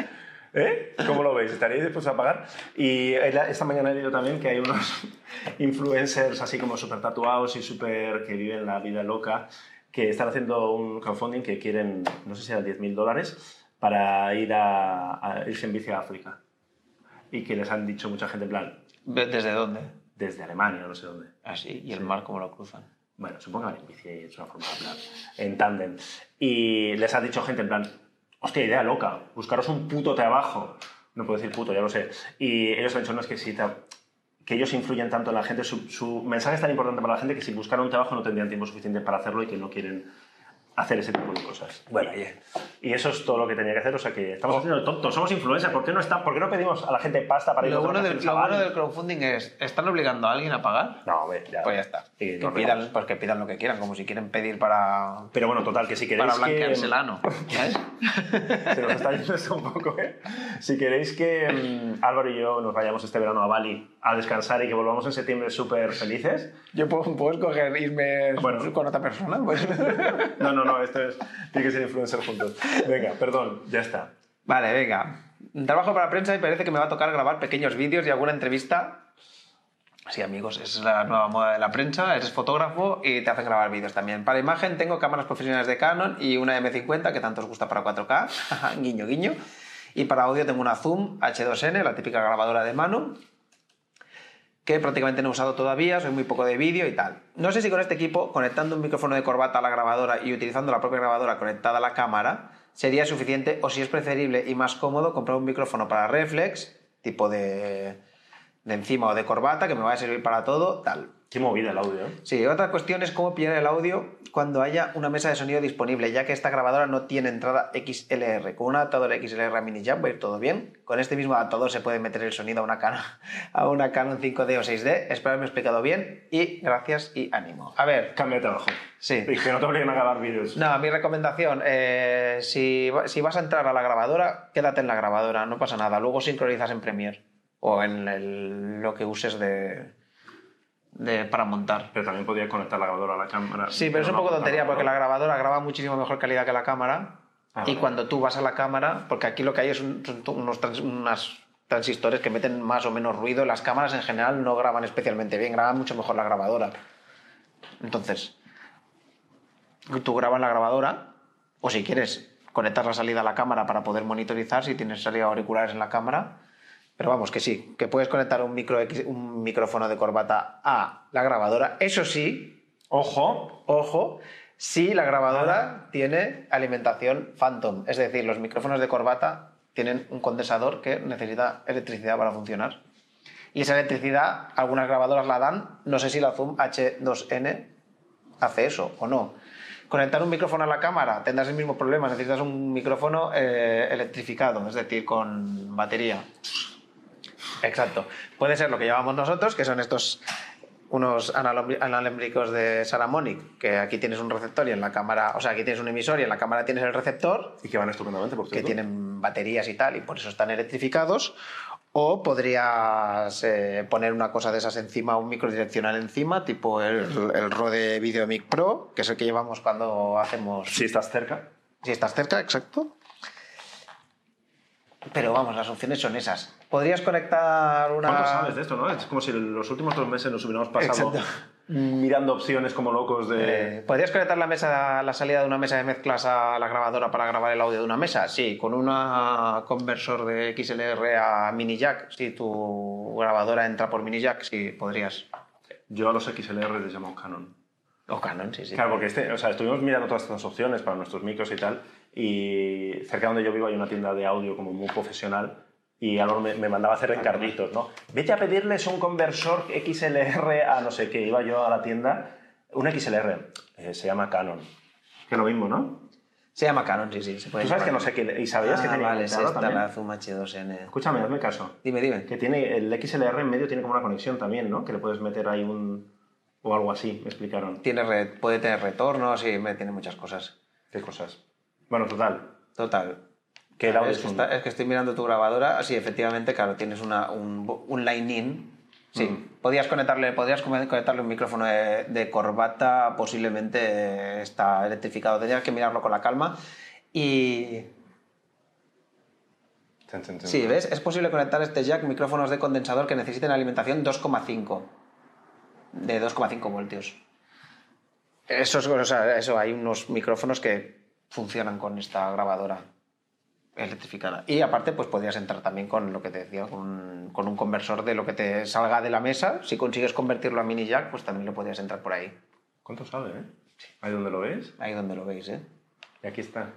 S3: ¿Eh? ¿Cómo lo veis? ¿Estaríais dispuestos a pagar? Y en la- esta mañana he leído también que hay unos influencers así como súper tatuados y súper que viven la vida loca que están haciendo un crowdfunding que quieren, no sé si eran 10.000 dólares, para ir a, a irse en bici a África. Y que les han dicho mucha gente, en plan,
S2: ¿Desde dónde?
S3: desde Alemania, no sé dónde.
S2: Así, y el mar cómo lo cruzan.
S3: Bueno, supongo que van en bici, es una forma de hablar, en tándem. Y les ha dicho gente en plan, hostia, idea loca, buscaros un puto trabajo. No puedo decir puto, ya lo sé. Y ellos han dicho, no, es que si tra- que ellos influyen tanto en la gente, su, su mensaje es tan importante para la gente que si buscaran un trabajo no tendrían tiempo suficiente para hacerlo y que no quieren hacer ese tipo de cosas. Bueno, y, y eso es todo lo que tenía que hacer, o sea que estamos haciendo el tonto, somos influencers, ¿por qué no, está, ¿por qué no pedimos a la gente pasta para ir a
S2: Lo
S3: otro
S2: bueno, del,
S3: café,
S2: lo
S3: chaval?
S2: bueno del crowdfunding es, ¿están obligando a alguien a pagar?
S3: No, hombre, ya.
S2: Pues ya está.
S3: Y
S2: Que
S3: nos
S2: pidan,
S3: vemos.
S2: pues que pidan lo que quieran, como si quieren pedir para,
S3: Pero bueno, total, que si queréis
S2: para
S3: que-
S2: blanquearse el ano. ¿sabes?
S3: Se nos está yendo esto un poco, ¿eh? Si queréis que mm, Álvaro y yo nos vayamos este verano a Bali a descansar y que volvamos en septiembre súper felices.
S2: Yo puedo, puedo escoger irme
S3: Bueno.
S2: con otra persona. pues.
S3: No, no, no, esto es. Tiene que ser influencer juntos. Venga, perdón, ya está.
S2: vale, venga. Trabajo para prensa y parece que me va a tocar grabar pequeños vídeos y alguna entrevista. Sí, amigos, es la nueva moda de la prensa. Eres fotógrafo y te hacen grabar vídeos también. Para imagen tengo cámaras profesionales de Canon y una M50 que tanto os gusta para 4K. guiño, guiño. Y para audio tengo una Zoom H2N, la típica grabadora de mano, que prácticamente no he usado todavía, soy muy poco de vídeo y tal. No sé si con este equipo, conectando un micrófono de corbata a la grabadora y utilizando la propia grabadora conectada a la cámara, sería suficiente o si es preferible y más cómodo comprar un micrófono para reflex, tipo de, de encima o de corbata, que me va a servir para todo, tal.
S3: Qué movida el audio, ¿eh?
S2: Sí, otra cuestión es cómo pillar el audio cuando haya una mesa de sonido disponible, ya que esta grabadora no tiene entrada XLR. Con un adaptador XLR a mini jack va a ir todo bien. Con este mismo adaptador se puede meter el sonido a una Canon, a una Canon 5D o 6D. Espero haberme explicado bien y gracias y ánimo. A ver,
S3: Cambia de trabajo.
S2: Sí.
S3: Y que no te obliguen a grabar vídeos.
S2: no, mi recomendación, eh, si, va- si vas a entrar a la grabadora, quédate en la grabadora, no pasa nada. Luego sincronizas en Premiere o en el- lo que uses de- de, para montar.
S3: Pero también podías conectar la grabadora a la cámara.
S2: Sí, pero es un
S3: no
S2: poco tontería
S3: apuntar,
S2: porque
S3: ¿no?
S2: la grabadora graba muchísimo mejor calidad que la cámara.
S3: Ah,
S2: y
S3: vale.
S2: cuando tú vas a la cámara, porque aquí lo que hay es un- son to- unos trans- unas transistores que meten más o menos ruido. Las cámaras en general no graban especialmente bien, graban mucho mejor la grabadora. Entonces, tú grabas la grabadora o si quieres conectar la salida a la cámara para poder monitorizar si tienes salida auriculares en la cámara. Pero vamos, que sí, que puedes conectar un, micro X- un micrófono de corbata a la grabadora. Eso sí,
S3: Ojo,
S2: Ojo, si la grabadora tiene alimentación phantom, es decir, los micrófonos de corbata tienen un condensador que necesita electricidad para funcionar. Y esa electricidad, algunas grabadoras la dan, no sé si la Zoom H2N hace eso o no. Conectar un micrófono a la cámara, tendrás el mismo problema, necesitas un micrófono eh, electrificado, es decir, con batería. Exacto. Puede ser lo que llamamos nosotros, que son estos unos analom- analémbricos de Saramonic, que aquí tienes un receptor y en la cámara, o sea, aquí tienes un emisor y en la cámara tienes el receptor,
S3: y que van estupendamente, por
S2: que
S3: cierto.
S2: tienen baterías y tal, y por eso están electrificados. O podrías eh, poner una cosa de esas encima, un microdireccional encima, tipo el, el Rode VideoMic Pro, que es el que llevamos cuando hacemos
S3: Si estás cerca.
S2: si estás cerca, exacto. Pero vamos, las opciones son esas. Podrías conectar una.
S3: ¿Cuánto sabes de esto, no? Es como si los últimos dos meses nos hubiéramos pasado
S2: Exacto.
S3: mirando opciones como locos de...
S2: Eh, ¿Podrías conectar la mesa, la salida de una mesa de mezclas a la grabadora para grabar el audio de una mesa? Sí, con un conversor de XLR a mini jack. Si tu grabadora entra por mini jack, sí, podrías.
S3: Yo a los XLR les llamo Canon.
S2: O Canon, sí, sí.
S3: Claro, porque este, o sea, estuvimos mirando todas estas opciones para nuestros micros y tal, y cerca de donde yo vivo hay una tienda de audio como muy profesional, y Álvaro me, me mandaba a hacer encarnitos, ¿no? Vete a pedirles un conversor XLR a no sé qué, iba yo a la tienda, un XLR, eh, se llama Canon, que es lo mismo, ¿no?
S2: Se llama Canon, sí, sí. Se puede
S3: Tú sabes que no
S2: llamar.
S3: sé qué, y sabías
S2: ah,
S3: que tenía
S2: vale, es
S3: conectado
S2: esta
S3: también?
S2: la Zoom H2N.
S3: Escúchame, hazme caso.
S2: Dime, dime.
S3: Que tiene el XLR en medio tiene como una conexión también, ¿no? Que le puedes meter ahí un o algo así, me explicaron.
S2: Tiene re- puede tener retornos y me- tiene muchas cosas.
S3: Qué cosas. Bueno, total.
S2: Total.
S3: Que el audio
S2: Ah, es,
S3: es
S2: que
S3: un-
S2: está- eh, es que estoy mirando tu grabadora. Sí, efectivamente, claro, tienes una, un, bo- un line-in. Sí,
S3: Mm.
S2: podías, conectarle, podrías come- conectarle un micrófono de, de corbata, posiblemente eh, está electrificado. Tendrías que mirarlo con la calma. Y
S3: Ten, ten, ten.
S2: sí, ¿ves? Es posible conectar a este jack micrófonos de condensador que necesiten alimentación 2,5 de 2,5 voltios. Eso, es- o sea, eso, hay unos micrófonos que funcionan con esta grabadora electrificada. Y aparte, pues podrías entrar también con lo que te decía, con, con un conversor de lo que te salga de la mesa. Si consigues convertirlo a mini jack, pues también lo podrías entrar por ahí.
S3: ¿Cuánto sabe, eh? Ahí donde lo ves.
S2: Ahí donde lo veis, ¿eh?
S3: Y aquí está.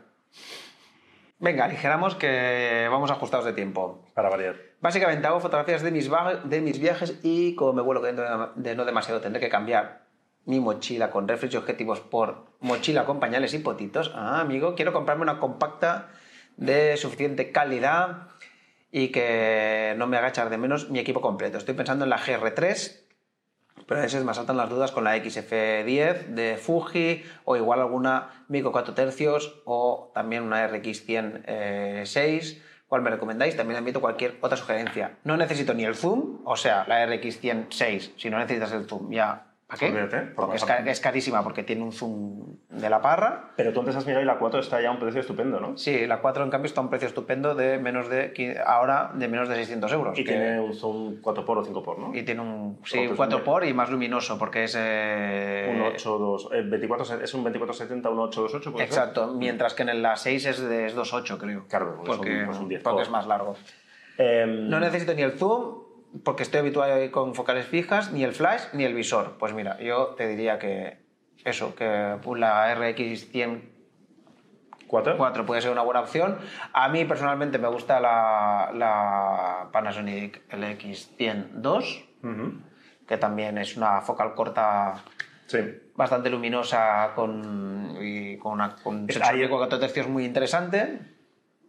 S2: Venga, aligeramos que vamos ajustados de tiempo.
S3: Para variar.
S2: Básicamente hago fotografías de mis, va- de mis viajes y como me vuelo dentro de- de no demasiado tendré que cambiar mi mochila con reflex y objetivos por mochila con pañales y potitos. Ah, amigo, quiero comprarme una compacta de suficiente calidad y que no me haga echar de menos mi equipo completo. Estoy pensando en la GR3, pero a veces me saltan las dudas con la XF10 de Fuji o igual alguna Mico 4 tercios o también una RX100-6. eh, ¿Cuál me recomendáis? También admito cualquier otra sugerencia. No necesito ni el zoom, o sea, la RX100-6. Si no necesitas el zoom, ya... ¿Para qué?
S3: Olvídate, por
S2: porque es,
S3: WhatsApp.
S2: ca- es carísima, porque tiene un zoom de la parra.
S3: Pero tú antes has mirado y la 4 está ya a un precio estupendo, ¿no?
S2: Sí, la 4 en cambio está a un precio estupendo de menos de qui- ahora de menos de 600 euros.
S3: Y
S2: que-
S3: tiene un zoom 4x o 5x, ¿no?
S2: y tiene un, sí,
S3: Otro
S2: un
S3: es
S2: 4
S3: un-
S2: por y más luminoso porque es eh,
S3: Un 8, 2, 24, es un 2470, un 828, ¿puede ser?
S2: Exacto, mientras que en el- la 6 es de es 2.8 creo.
S3: Claro, porque es un- pues un 10
S2: porque
S3: por.
S2: es más largo.
S3: Em,
S2: No necesito ni el zoom porque estoy habituado con focales fijas, ni el flash ni el visor. Pues mira, yo te diría que eso, que pues, la RX 100
S3: ¿Cuatro?
S2: 4 puede ser una buena opción. A mí personalmente me gusta la, la Panasonic LX100-2,
S3: Ujú.
S2: que también es una focal corta
S3: Sí.
S2: bastante luminosa con, y con, una, con
S3: Es-
S2: sensor
S3: ahí-
S2: de 4 tercios muy interesante.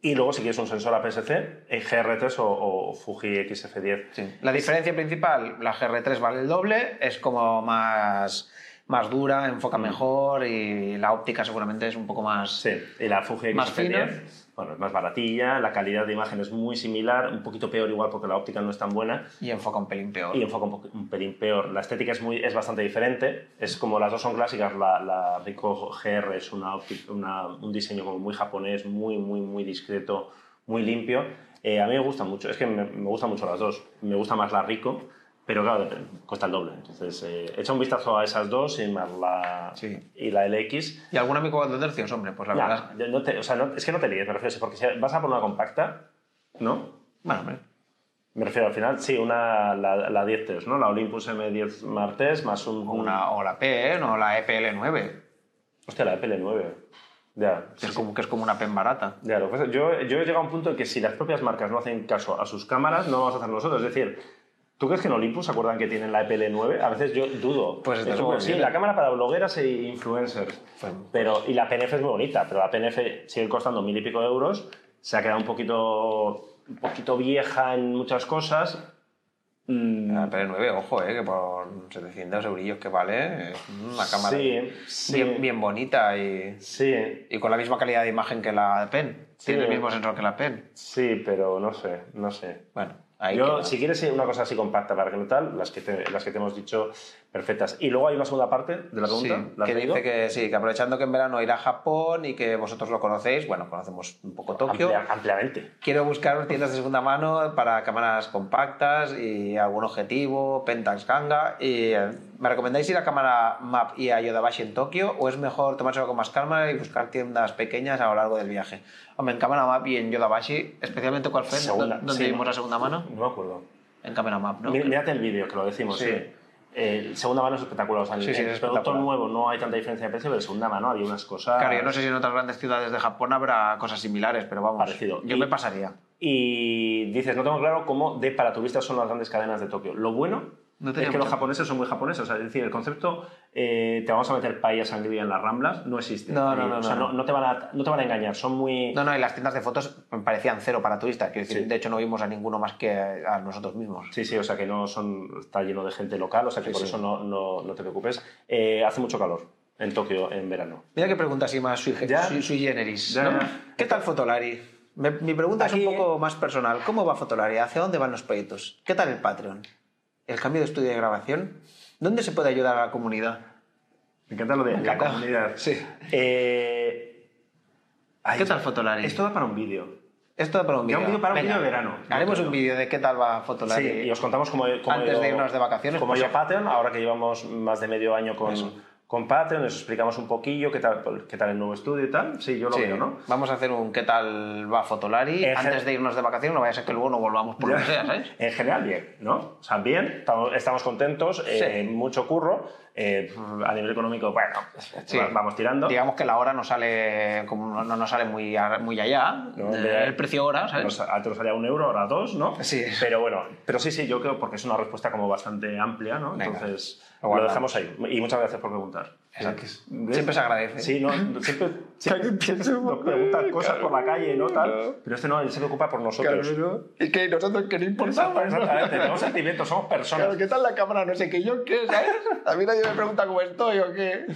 S3: Y luego, si quieres un sensor APS-C, el GR3 o, o Fuji XF10.
S2: La diferencia principal, la GR3 vale el doble, es como más, más dura, enfoca mejor y la óptica seguramente es un poco más...
S3: Sí, y la Fuji
S2: Más
S3: XF10, bueno, es más baratilla, la calidad de imagen es muy similar, un poquito peor igual porque la óptica no es tan buena
S2: Y enfoca un pelín peor.
S3: y enfoca un, po- un pelín peor. La estética es, muy, es bastante diferente, es como las dos son clásicas, la, la Ricoh GR es una ópti- una- un diseño como muy japonés, muy, muy, muy discreto, muy limpio. Eh, a mí me gusta mucho, es que me, me gustan mucho las dos, me gusta más la Ricoh, pero claro, dep- cuesta el doble. Entonces, eh, echa un vistazo a esas dos y más la,
S2: Sí.
S3: y la LX.
S2: Y alguna micro 4 tercios, hombre, pues la
S3: Ya,
S2: verdad...
S3: yo no te- o sea, no- es que no te líes, me refiero, porque si vas a por una compacta, ¿no?
S2: Bueno, hombre.
S3: Me refiero al final, sí, una, la, la 10 -3, ¿no? La Olympus M10 Martes más un...
S2: o, una, o la PN o la E EPL9,
S3: Hostia, la EPL9. Ya,
S2: que, es como, que es como una PEN barata.
S3: ya lo que pasa- yo, yo he llegado a un punto en que si las propias marcas no hacen caso a sus cámaras, no lo vamos a hacer nosotros. Es decir, ¿tú crees que en Olympus se acuerdan que tienen la EPL9? A veces yo dudo.
S2: Pues desde
S3: Es
S2: luego
S3: como, sí,
S2: viene.
S3: la cámara para blogueras e influencers.
S2: Pues-
S3: Pero, y la PNF es muy bonita, pero la PNF sigue costando mil y pico de euros, se ha quedado un poquito, un poquito vieja en muchas cosas. Mm,
S2: La EPL9, ojo, eh, que por 700 eurillos que vale, es una cámara
S3: Sí, sí.
S2: Bien, bien bonita y,
S3: Sí,
S2: y con la misma calidad de imagen que la PEN.
S3: Sí.
S2: Tiene el mismo sensor que la PEN.
S3: sí, pero no sé, no sé.
S2: Bueno, ahí
S3: Yo,
S2: queda.
S3: si quieres una cosa así compacta para que no tal, las que, te, las que te hemos dicho, perfectas. Y luego hay una segunda parte de la
S2: Sí,
S3: pregunta. ¿la has
S2: que
S3: leído?
S2: dice que sí, que aprovechando que en verano irá a Japón y que vosotros lo conocéis, bueno, conocemos un poco Tokio.
S3: Amplia- ampliamente.
S2: Quiero buscar tiendas de segunda mano para cámaras compactas y algún objetivo, Pentax Ganga. Y, eh, ¿Me recomendáis ir a cámara MAP y a Yodabashi en Tokio o es mejor tomárselo con más calma y buscar tiendas pequeñas a lo largo del viaje? Hombre, en cámara MAP y en Yodabashi, especialmente cuál fue,
S3: Segunda,
S2: donde
S3: sí,
S2: vimos
S3: no-
S2: la segunda mano,
S3: No me acuerdo.
S2: en cámara MAP, ¿no?
S3: Mí- Mírate el vídeo, que lo decimos,
S2: Sí.
S3: sí. El segunda mano es espectacular. O sea, el-
S2: Sí, sí,
S3: el
S2: es
S3: producto
S2: espectacular.
S3: nuevo no hay tanta diferencia de precio, pero el segunda mano había unas cosas.
S2: Claro, yo no sé si en otras grandes ciudades de Japón habrá cosas similares, pero vamos,
S3: Parecido.
S2: yo
S3: Y-
S2: me pasaría.
S3: Y dices, no tengo claro cómo de para turistas son las grandes cadenas de Tokio. Lo bueno
S2: No
S3: es
S2: tenía
S3: que los
S2: mucho.
S3: japoneses son muy japoneses. O sea, es decir, el concepto eh, te vamos a meter paella sangría en las ramblas no existe. Eh,
S2: No, no, no,
S3: O sea,
S2: no.
S3: no, no te, van a, no te van a engañar. Son muy.
S2: No, no, y las tiendas de fotos me parecían cero para turistas. Quiero decir,
S3: Sí.
S2: de hecho no vimos a ninguno más que a nosotros mismos.
S3: Sí, sí, o sea que no son, está lleno de gente local, o sea que
S2: Sí,
S3: por
S2: sí.
S3: eso no, no, no te preocupes. Eh, hace mucho calor en Tokio en verano.
S2: Mira qué pregunta así más sui,
S3: Ya.
S2: sui- sui generis.
S3: Ya,
S2: ¿no?
S3: ya.
S2: ¿Qué tal Fotolari? Me- mi pregunta
S3: Aquí-
S2: es un poco más personal. ¿Cómo va Fotolari? ¿Hacia dónde van los proyectos? ¿Qué tal el Patreon? ¿El cambio de estudio de grabación? ¿Dónde se puede ayudar a la comunidad?
S3: Me encanta lo de
S2: la comunidad.
S3: Sí. Eh,
S2: ¿Qué tal Fotolari?
S3: Esto da para un vídeo.
S2: Esto para un
S3: Ya
S2: vídeo.
S3: un vídeo para un
S2: Venga,
S3: vídeo de verano.
S2: Haremos
S3: Yo creo.
S2: un vídeo de qué tal va Fotolari.
S3: Sí, y os contamos cómo, he- cómo he
S2: Antes de
S3: ido-
S2: irnos de vacaciones,
S3: Cómo
S2: por
S3: yo
S2: si-
S3: Patreon, ahora que llevamos más de medio año con,
S2: Eso.
S3: con Patreon, os explicamos un poquillo qué tal, qué tal el nuevo estudio y tal. Sí, yo lo
S2: Sí,
S3: veo, ¿no?
S2: Vamos a hacer un qué tal va Fotolari
S3: En
S2: antes
S3: gen-
S2: de irnos de vacaciones. No vaya a ser que luego no volvamos por lo que sea, ¿eh?
S3: En general, bien, ¿no? O sea, bien, estamos, estamos contentos, eh, mucho curro. eh, a nivel económico, bueno,
S2: Sí.
S3: vamos tirando.
S2: Digamos que la hora no sale como no, no nos sale muy, a- muy allá.
S3: No,
S2: eh,
S3: de-
S2: el precio hora, ¿sabes?
S3: Nos- a otros salía un euro, ahora dos, ¿no?
S2: Sí.
S3: Pero bueno, pero sí, sí, yo creo porque es una respuesta como bastante amplia, ¿no?
S2: Venga,
S3: Entonces, lo
S2: lo guardamos.
S3: dejamos ahí. Y muchas gracias por preguntar.
S2: Exacto.
S3: ¿Ves?
S2: Siempre se agradece.
S3: Sí, no, no, siempre, siempre nos preguntan cosas por la calle, ¿no? Tal, pero este no, él se preocupa por nosotros.
S2: Es que nosotros que no importamos.
S3: Exactamente, tenemos sentimientos, somos personas.
S2: ¿qué tal la cámara? No sé qué, yo qué, ¿sabes? A mí nadie me pregunta cómo estoy o qué.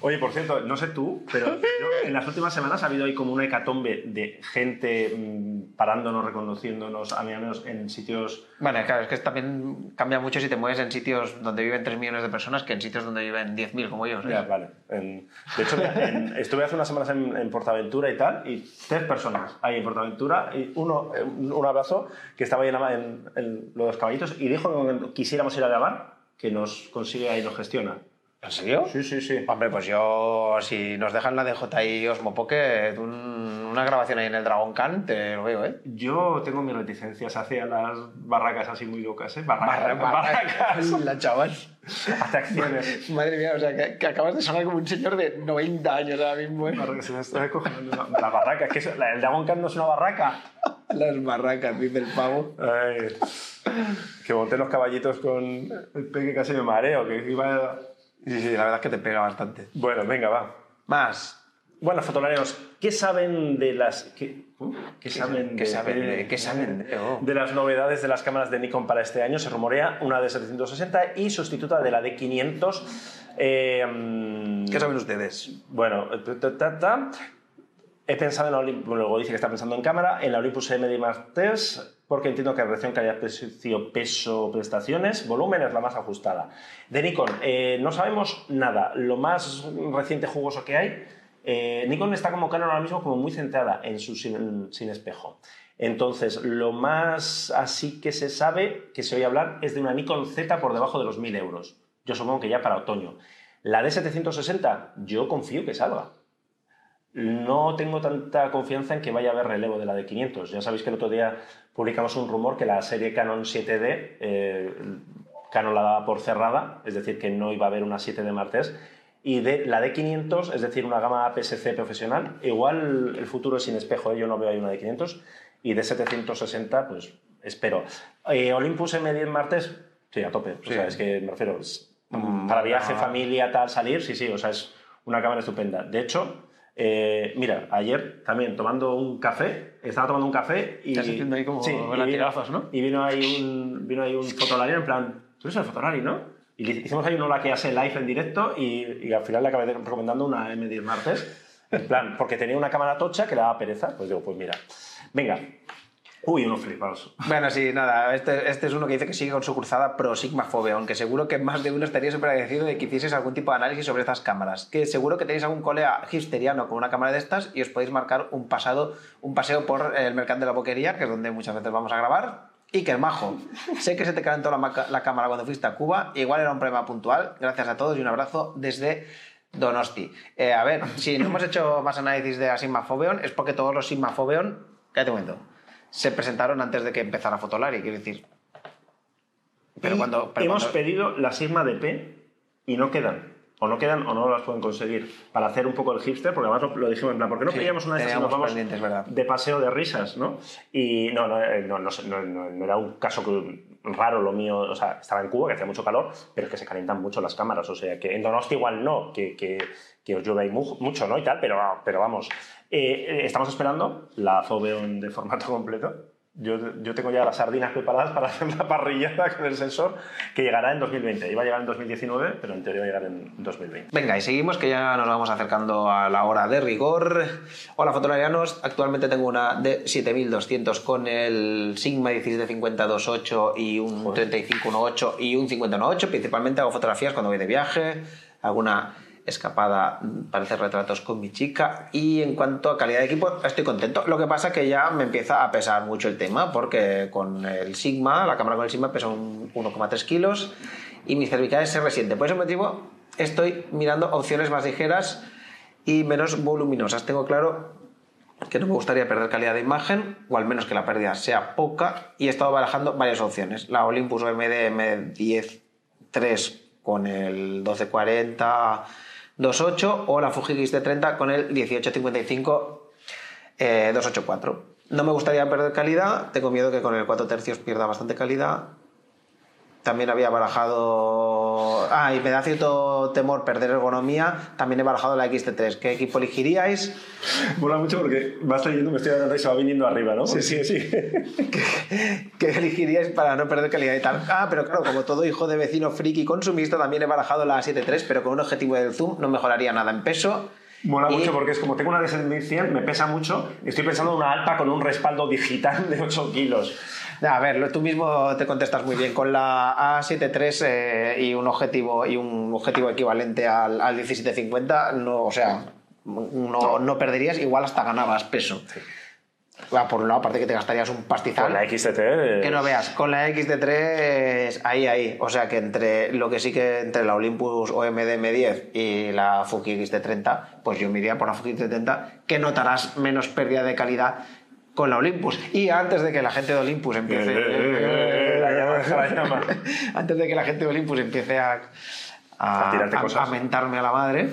S3: Oye, por cierto, no sé tú, pero yo- en las últimas semanas ha habido ahí como una hecatombe de gente mm, parándonos, reconociéndonos, a mí al menos en sitios
S2: Bueno, claro, es que también cambia mucho si te mueves en sitios donde viven 3 millones de personas que en sitios donde viven 10.000 como yo. ¿sabes?
S3: Ya, vale. En- de hecho, en- estuve hace unas semanas en, en Portaventura y tal, y tres personas ahí en Portaventura, y uno, eh, un un abrazo, que estaba ahí en, la- en- en lo de los caballitos, y dijo que cuando quisiéramos ir a grabar, que nos consigue ahí, nos gestiona.
S2: ¿En serio?
S3: Sí, sí, sí.
S2: Hombre, pues yo, si nos dejan la DJI Osmo Pocket, un- una grabación ahí en el Dragon Khan, te lo veo, ¿eh?
S3: Yo tengo mis reticencias hacia las barracas así muy locas, ¿eh? Barracas. barracas.
S2: La chaval.
S3: Hacia acciones.
S2: Madre mía, o sea, que, que acabas de sonar como un señor de 90 años ahora mismo. ¿eh?
S3: Barracas, se me está cogiendo la- La barraca, es que eso- la- el Dragon Khan no es una barraca.
S2: Las barracas, dice el pavo.
S3: Ay, que monté los caballitos con el peque casi me mareo. Que iba...
S2: Sí, sí, la verdad es que te pega bastante.
S3: Bueno, venga, va.
S2: Más.
S3: Bueno, fotolareos, ¿qué saben de las... ¿Qué, ¿Qué saben,
S2: qué saben de- qué saben de- oh.
S3: de las novedades de las cámaras de Nikon para este año? Se rumorea una de 760 y sustituta de la de 500. Eh,
S2: ¿Qué saben ustedes?
S3: bueno, ta, ta, ta. he pensado en la Olympus, luego dice que está pensando en cámara, en la Olympus MD Mark III, porque entiendo que la relación calidad-precio, peso, prestaciones, volumen es la más ajustada. De Nikon, eh, no sabemos nada. Lo más reciente jugoso que hay, eh, Nikon está como Canon ahora mismo como muy centrada en su sin, sin espejo. Entonces, lo más así que se sabe, que se oye hablar, es de una Nikon Z por debajo de los 1000 euros. Yo supongo que ya para otoño. La D760, yo confío que salga. No tengo tanta confianza en que vaya a haber relevo de la de 500. Ya sabéis que el otro día publicamos un rumor que la serie Canon 7D, eh, Canon la daba por cerrada, es decir, que no iba a haber una 7D martes. Y de, la de 500, es decir, una gama APS-C profesional, igual el futuro es sin espejo, ¿eh? yo no veo ahí una de 500. Y de 760, pues espero. Eh, Olympus M10 martes, sí, a tope. O
S2: Sí.
S3: sea, es que me refiero, es-
S2: Mm,
S3: para viaje,
S2: no.
S3: familia familia, tal, salir, sí, sí, o sea, es una cámara estupenda. De hecho, eh, mira, ayer también tomando un café, estaba tomando un café y.
S2: Estás haciendo ahí como
S3: y vino,
S2: latigazos, ¿no?
S3: y vino ahí un, vino ahí un fotolario en plan, tú eres el fotolario, ¿no? Y le hicimos ahí un hola que hace live en directo y, y al final le acabé de- recomendando una M10 martes. En plan, porque tenía una cámara tocha que le daba pereza. Pues digo, pues mira, venga. Uy, unos flipados.
S2: Bueno, sí, nada, este, este es uno que dice que sigue con su cruzada pro Sigma Fobe, aunque seguro que más de uno estaría súper agradecido de que hicieses algún tipo de análisis sobre estas cámaras. Que seguro que tenéis algún colega hipsteriano con una cámara de estas y os podéis marcar un, pasado, un paseo por el mercado de la boquería, que es donde muchas veces vamos a grabar. Y que el majo. Sé que se te calentó la, maca- la cámara cuando fuiste a Cuba, igual era un problema puntual. Gracias a todos y un abrazo desde Donosti. Eh, a ver, si no hemos hecho más análisis de la Sigma Foveon es porque todos los Sigma Foveon, cállate un momento, se presentaron antes de que empezara Fotolari, quiero decir. Pero
S3: Y
S2: cuando. pero
S3: hemos
S2: cuando-
S3: pedido la sigma de P y no quedan. O no quedan o no las pueden conseguir. Para hacer un poco el hipster, porque además lo, lo dijimos, en plan, ¿por qué no
S2: Sí,
S3: pedíamos una de estas y
S2: teníamos
S3: nos vamos
S2: pendientes, ¿verdad?
S3: de paseo de risas, ¿no? Y no, no, eh, no, no sé, no- no- no era un caso que- raro lo mío. O sea, estaba en Cuba, que hacía mucho calor, pero es que se calientan mucho las cámaras. O sea, que en Donosti igual no, que, que, que os llueve ahí mu- mucho, ¿no? Y tal, pero, pero vamos. Eh, eh, estamos esperando la Foveon de formato completo. Yo, yo tengo ya las sardinas preparadas para hacer la parrillada con el sensor que llegará en 2020. Iba a llegar en 2019, pero en teoría va a llegar en 2020.
S2: Venga, y seguimos que ya nos vamos acercando a la hora de rigor. Hola, fotolarianos. Actualmente tengo una de 7200 con el Sigma 17528 y un 3518 y un 5018. Principalmente hago fotografías cuando voy de viaje, alguna escapada mm, para hacer retratos con mi chica y en cuanto a calidad de equipo estoy contento lo que pasa que ya me empieza a pesar mucho el tema porque con el Sigma la cámara con el Sigma pesa un 1,3 kilos y mis cervicales se resienten por ese motivo estoy mirando opciones más ligeras y menos voluminosas tengo claro que no me gustaría perder calidad de imagen, o al menos que la pérdida sea poca, y he estado barajando varias opciones. La Olympus OMD M10-3 con el 1240 28 o la Fuji X-T30 con el 1855 eh, 284. No me gustaría perder calidad, tengo miedo que con el 4 tercios pierda bastante calidad. También había barajado. Ah, y me da cierto temor perder ergonomía. También he barajado la XT3. ¿Qué equipo elegiríais?
S3: Mola mucho porque vas leyendo, me estoy dando y se va viniendo arriba, ¿no? Sí, sí, sí.
S2: ¿Qué elegiríais para no perder calidad y tal? Ah, pero claro, como todo hijo de vecino friki consumista, también he barajado la 7.3, pero con un objetivo del zoom no mejoraría nada en peso.
S3: Mola
S2: Y-
S3: mucho porque es como tengo una de 7100, me pesa mucho, y estoy pensando en una alpa con un respaldo digital de 8 kilos.
S2: A ver, lo- tú mismo te contestas muy bien. Con la A73 eh, y un objetivo y un objetivo equivalente al, al 1750, no, o sea, no, no perderías, igual hasta ganabas peso. Ah, por un lado, aparte que te gastarías un pastizal.
S3: Con la XTT. eh,
S2: Que no veas, con la XT3, ahí, ahí. O sea que entre lo que sí que entre la Olympus OMD M10 y la Fuji XT30, pues yo me iría por la Fuji XT30, que notarás menos pérdida de calidad con la Olympus. Y antes de que la gente de Olympus
S3: eh,
S2: empiece.
S3: eh, eh, La llama, la llama.
S2: Antes de que la gente de Olympus empiece a, a,
S3: A tirarte cosas.
S2: a mentarme a la madre,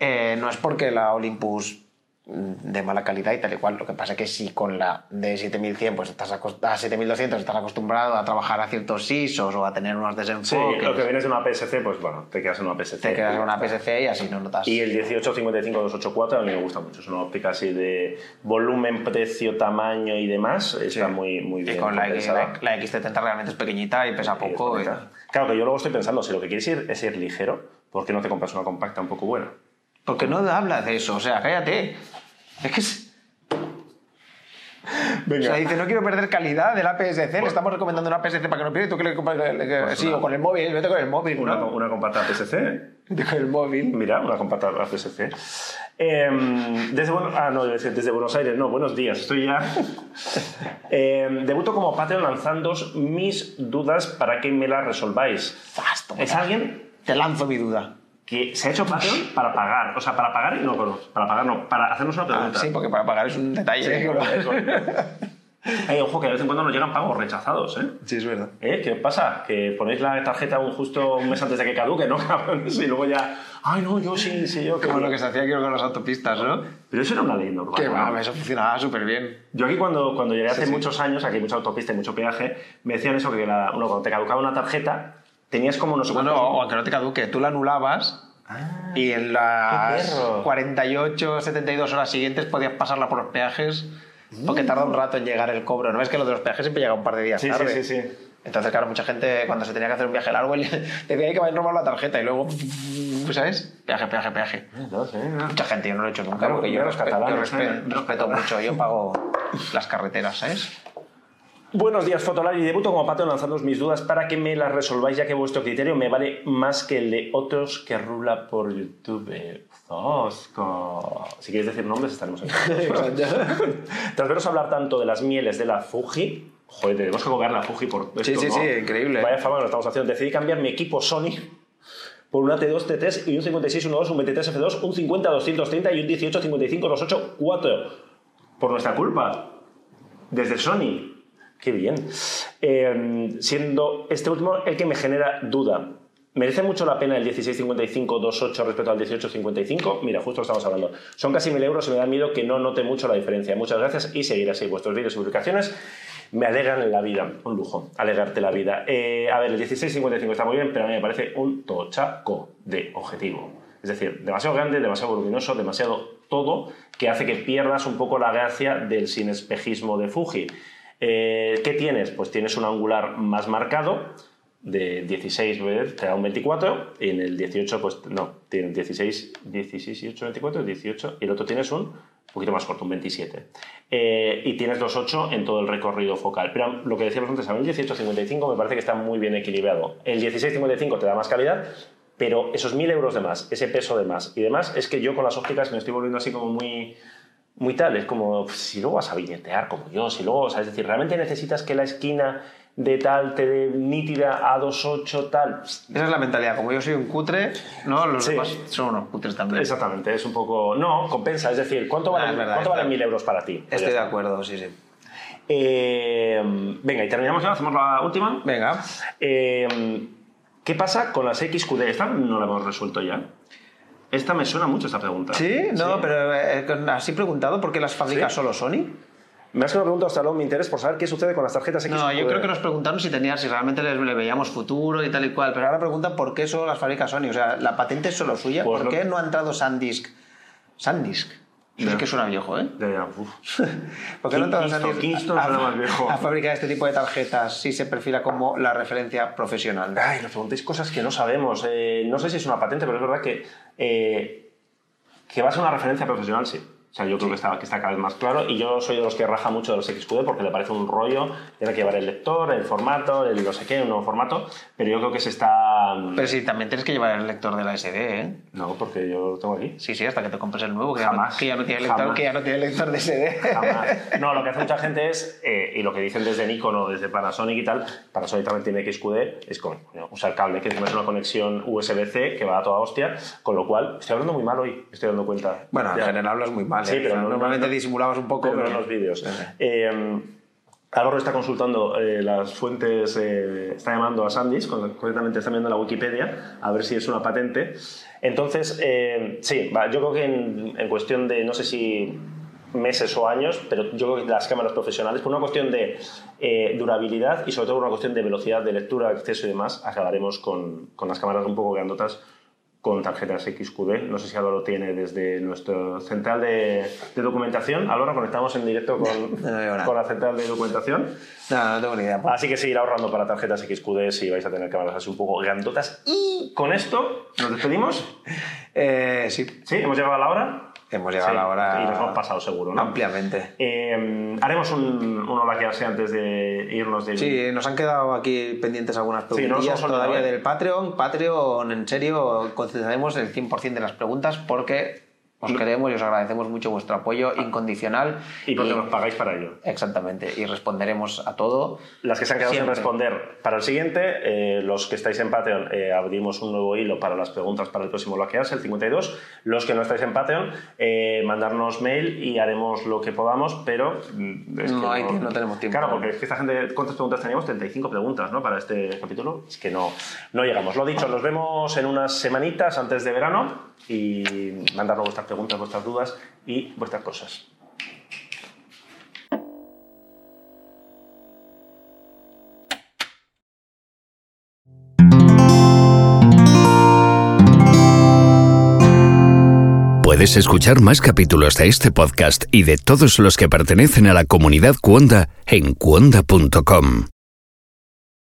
S2: eh, no es porque la Olympus mm, de mala calidad y tal y cual. Lo que pasa es que si con la de 7100 pues estás acost- a 7200 estás acostumbrado a trabajar a ciertos ISOs o a tener unos
S3: Sí,
S2: desenfoques,
S3: lo que vienes de una PSC, pues bueno, te quedas en una PSC.
S2: te quedas en una PSC y así no notas.
S3: Y el 1855284 a mí me gusta mucho. Es una óptica así de volumen, precio, tamaño y demás. Está
S2: Sí.
S3: muy, muy
S2: Y
S3: bien.
S2: con la,
S3: compensada.
S2: la, la XT30 realmente es pequeñita y pesa
S3: Y es
S2: poco.
S3: bonita.
S2: y-
S3: Claro que yo luego estoy pensando, si lo que quieres ir es ir ligero, ¿por qué no te compras una compacta un poco buena?
S2: Porque no hablas de eso, o sea, cállate. Es que es- O sea, dice, no quiero perder calidad del APS-C, le estamos recomendando una APS-C para que no pierda, y tú crees que compras el- el-
S3: Pues
S2: sí,
S3: una-
S2: o con el móvil, vete con el móvil,
S3: una,
S2: ¿no?
S3: una compacta PSC.
S2: Vete con el móvil.
S3: Mira, una compacta PSC. Em, desde, Buen- ah, no, iba a decir desde Buenos Aires, no, buenos días, estoy ya. Em, debuto como Patreon lanzando mis dudas para que me las resolváis.
S2: Zas, toma.
S3: Es alguien
S2: Te lanzo mi duda.
S3: que se ha hecho Patreon para pagar. O sea, para pagar y no, pero para pagar no, para hacernos una
S2: Ah,
S3: pregunta.
S2: sí, porque para pagar es un detalle.
S3: Sí,
S2: ¿eh?
S3: eso. Ey, Eh, ojo, que de vez en cuando nos llegan pagos rechazados, ¿eh?
S2: Sí, es verdad.
S3: ¿Eh? ¿Qué pasa? Que ponéis la tarjeta un justo un mes antes de que caduque, ¿no? cabrones? y luego ya, ay, no, yo sí, sí, yo. qué
S2: Como lo
S3: bueno".
S2: que se hacía creo con las autopistas, ¿no?
S3: Pero eso era una leyenda urbana.
S2: Que
S3: ¿no?
S2: va, eso funcionaba súper bien.
S3: Yo aquí cuando, cuando llegué hace muchos años, aquí hay mucha autopista y mucho peaje, me decían eso, que la- uno, cuando te caducaba una tarjeta, tenías como no sé
S2: No,
S3: cuántos-
S2: no, o aunque no te caduque, tú la anulabas y en
S3: qué
S2: las
S3: perro.
S2: 48, 72 horas siguientes podías pasarla por los peajes porque tarda un rato en llegar el cobro. ¿No es que lo de los peajes siempre llega un par de días
S3: Sí, sí, sí,
S2: tarde?
S3: sí.
S2: Entonces, claro, mucha gente cuando se tenía que hacer un viaje largo le- decía "Ay, que vais a robar la tarjeta y luego, ¿sabes? Peaje, peaje, peaje.
S3: No sé, no.
S2: Mucha gente, yo no lo he hecho nunca
S3: Claro,
S2: porque yo
S3: mira los
S2: respeto,
S3: catalanes,
S2: yo respe-
S3: ¿eh?
S2: respeto mucho, yo pago las carreteras, ¿sabes?
S3: Buenos días, Fotolari. Debuto como pato lanzando mis dudas para que me las resolváis, ya que vuestro criterio me vale más que el de otros que rula por YouTube. Zosco. Si quieres decir nombres, estaremos en Tras veros hablar tanto de las mieles de la Fuji, joder, tenemos que cobrar la Fuji por esto,
S2: Sí, sí,
S3: ¿no?
S2: sí, increíble.
S3: Vaya fama que nos estamos haciendo. Decidí cambiar mi equipo Sony por una T2, T3 y un 5612, un 23F2, un 50-230 y un 18-55-284. Por nuestra culpa. Desde Sony. Qué bien. Eh, siendo este último el que me genera duda. ¿Merece mucho la pena el 1655-28 respecto al 1855? Mira, justo estamos hablando. Son casi mil euros y me da miedo que no note mucho la diferencia. Muchas gracias y seguir así. Vuestros vídeos y publicaciones me alegran la vida. Un lujo, alegarte la vida. Eh, a ver, el 1655 está muy bien, pero a mí me parece un tochaco de objetivo. Es decir, demasiado grande, demasiado voluminoso, demasiado todo, que hace que pierdas un poco la gracia del sin espejismo de Fuji. Eh, ¿Qué tienes? Pues tienes un angular más marcado, de 16 te da un 24, y en el 18, pues no, tienes 16, 16, 18, 24, 18, y el otro tienes un poquito más corto, un 27. Eh, y tienes los 8 en todo el recorrido focal. Pero lo que decíamos antes, a mí el 1855 me parece que está muy bien equilibrado. El 1655 te da más calidad, pero esos 1000 euros de más, ese peso de más y demás, es que yo con las ópticas me estoy volviendo así como muy muy tal, es como pues, si luego vas a billetear como yo, si luego, o sea, es decir, realmente necesitas que la esquina de tal te dé nítida a 2.8 tal.
S2: Esa es la mentalidad. Como yo soy un cutre, ¿no? Los
S3: Sí.
S2: demás son unos cutres también.
S3: Exactamente, es un poco... No, compensa, es decir, ¿cuánto
S2: Ah,
S3: valen,
S2: es verdad,
S3: ¿cuánto
S2: es
S3: valen
S2: verdad.
S3: 1.000 euros para ti? Pues ya
S2: Estoy de
S3: está.
S2: acuerdo, sí, sí.
S3: Eh, venga, y terminamos ya, hacemos la última.
S2: Venga.
S3: Eh, ¿Qué pasa con las XQD? Esta no la hemos resuelto ya. Esta me suena mucho, esta pregunta.
S2: Sí, no, pero eh, así preguntado por qué las fabrica
S3: ¿Sí?
S2: solo Sony.
S3: Me has preguntado hasta luego mi interés por saber qué sucede con las tarjetas XQD.
S2: No, yo creo que nos preguntaron si tenía, si realmente les- le veíamos futuro y tal y cual, pero ahora preguntan por qué solo las fabrica Sony, o sea, la patente es solo suya,
S3: Pues
S2: ¿por
S3: lo-
S2: qué no ha entrado SanDisk? SanDisk. Eso
S3: Ya.
S2: es que suena viejo, ¿eh?
S3: Ya, ya, uf.
S2: ¿Por qué no ha entrado
S3: Kingston,
S2: SanDisk
S3: Kingston
S2: a,
S3: suena más viejo.
S2: a fabricar este tipo de tarjetas si se perfila como la referencia profesional?
S3: Ay, nos preguntéis cosas que no sabemos. Eh, no sé si es una patente, pero es verdad que, eh, que va a ser una referencia profesional, sí. O sea, yo creo que está, que está cada vez más claro. Y yo soy de los que raja mucho de los XQD porque le parece un rollo. Tiene que llevar el lector, el formato, el no sé qué, un nuevo formato. Pero yo creo que se está.
S2: Pero sí, también tienes que llevar el lector de la SD, ¿eh?
S3: No, porque yo lo tengo aquí.
S2: Sí, sí, hasta que te compres el nuevo, que,
S3: Jamás.
S2: ya, no, que ya no tiene lector,
S3: Jamás.
S2: que ya no tiene lector de SD.
S3: Jamás. No, lo que hace mucha gente es, eh, y lo que dicen desde Nikon o desde Panasonic y tal, Panasonic también tiene XQD, es con, bueno, usar cable, que encima es una conexión USB-C que va a toda hostia, con lo cual, estoy hablando muy mal hoy, me estoy dando cuenta.
S2: Bueno, en
S3: Ya.
S2: general hablas muy mal, ¿eh?
S3: Sí, pero
S2: O sea,
S3: no-
S2: normalmente disimulabas un poco,
S3: pero
S2: pero
S3: en los vídeos. Eh, Álvaro está consultando eh, las fuentes, eh, está llamando a Sandys, con- concretamente está viendo la Wikipedia, a ver si es una patente. Entonces, eh, sí, va, yo creo que en, en cuestión de, no sé si meses o años, pero yo creo que las cámaras profesionales, por una cuestión de eh, durabilidad y sobre todo por una cuestión de velocidad de lectura, acceso y demás, acabaremos con, con las cámaras un poco grandotas con tarjetas XQD. No sé si Álvaro tiene desde nuestro central de, de documentación. Álvaro, conectamos en directo con,
S2: No veo nada.
S3: con la central de documentación.
S2: No, no tengo ni idea.
S3: Así que seguir ahorrando para tarjetas XQD si vais a tener cámaras así un poco grandotas. Y con esto nos despedimos.
S2: Eh, sí,
S3: Sí, hemos llegado a la hora.
S2: hemos llegado
S3: Sí,
S2: a la hora
S3: Y nos hemos pasado seguro, ¿no?
S2: ampliamente.
S3: Eh, haremos un, un hola que hace antes de irnos de...
S2: Sí, nos han quedado aquí pendientes algunas
S3: Sí, no nos
S2: preguntillas
S3: hemos olvidado,
S2: todavía
S3: ¿eh?
S2: del Patreon. Patreon, en serio, contestaremos el 100% de las preguntas porque os queremos y os agradecemos mucho vuestro apoyo incondicional.
S3: Ah. Y porque nos pagáis para ello.
S2: Exactamente, y responderemos a todo.
S3: Las que se han quedado
S2: Siempre.
S3: sin responder para el siguiente, eh, los que estáis en Patreon, eh, abrimos un nuevo hilo para las preguntas para el próximo bloquearse, el 52. Los que no estáis en Patreon, eh, mandarnos mail y haremos lo que podamos, pero. mm, es que
S2: No hay tie- no tenemos tiempo.
S3: Claro, porque es que esta gente, ¿cuántas preguntas teníamos? 35 preguntas, ¿no? Para este capítulo. Es que no, no llegamos. Lo dicho, nos vemos en unas semanitas antes de verano y mandarnos vuestras preguntas, vuestras dudas y vuestras cosas.
S1: Puedes escuchar más capítulos de este podcast y de todos los que pertenecen a la comunidad Cuonda en cuonda.com.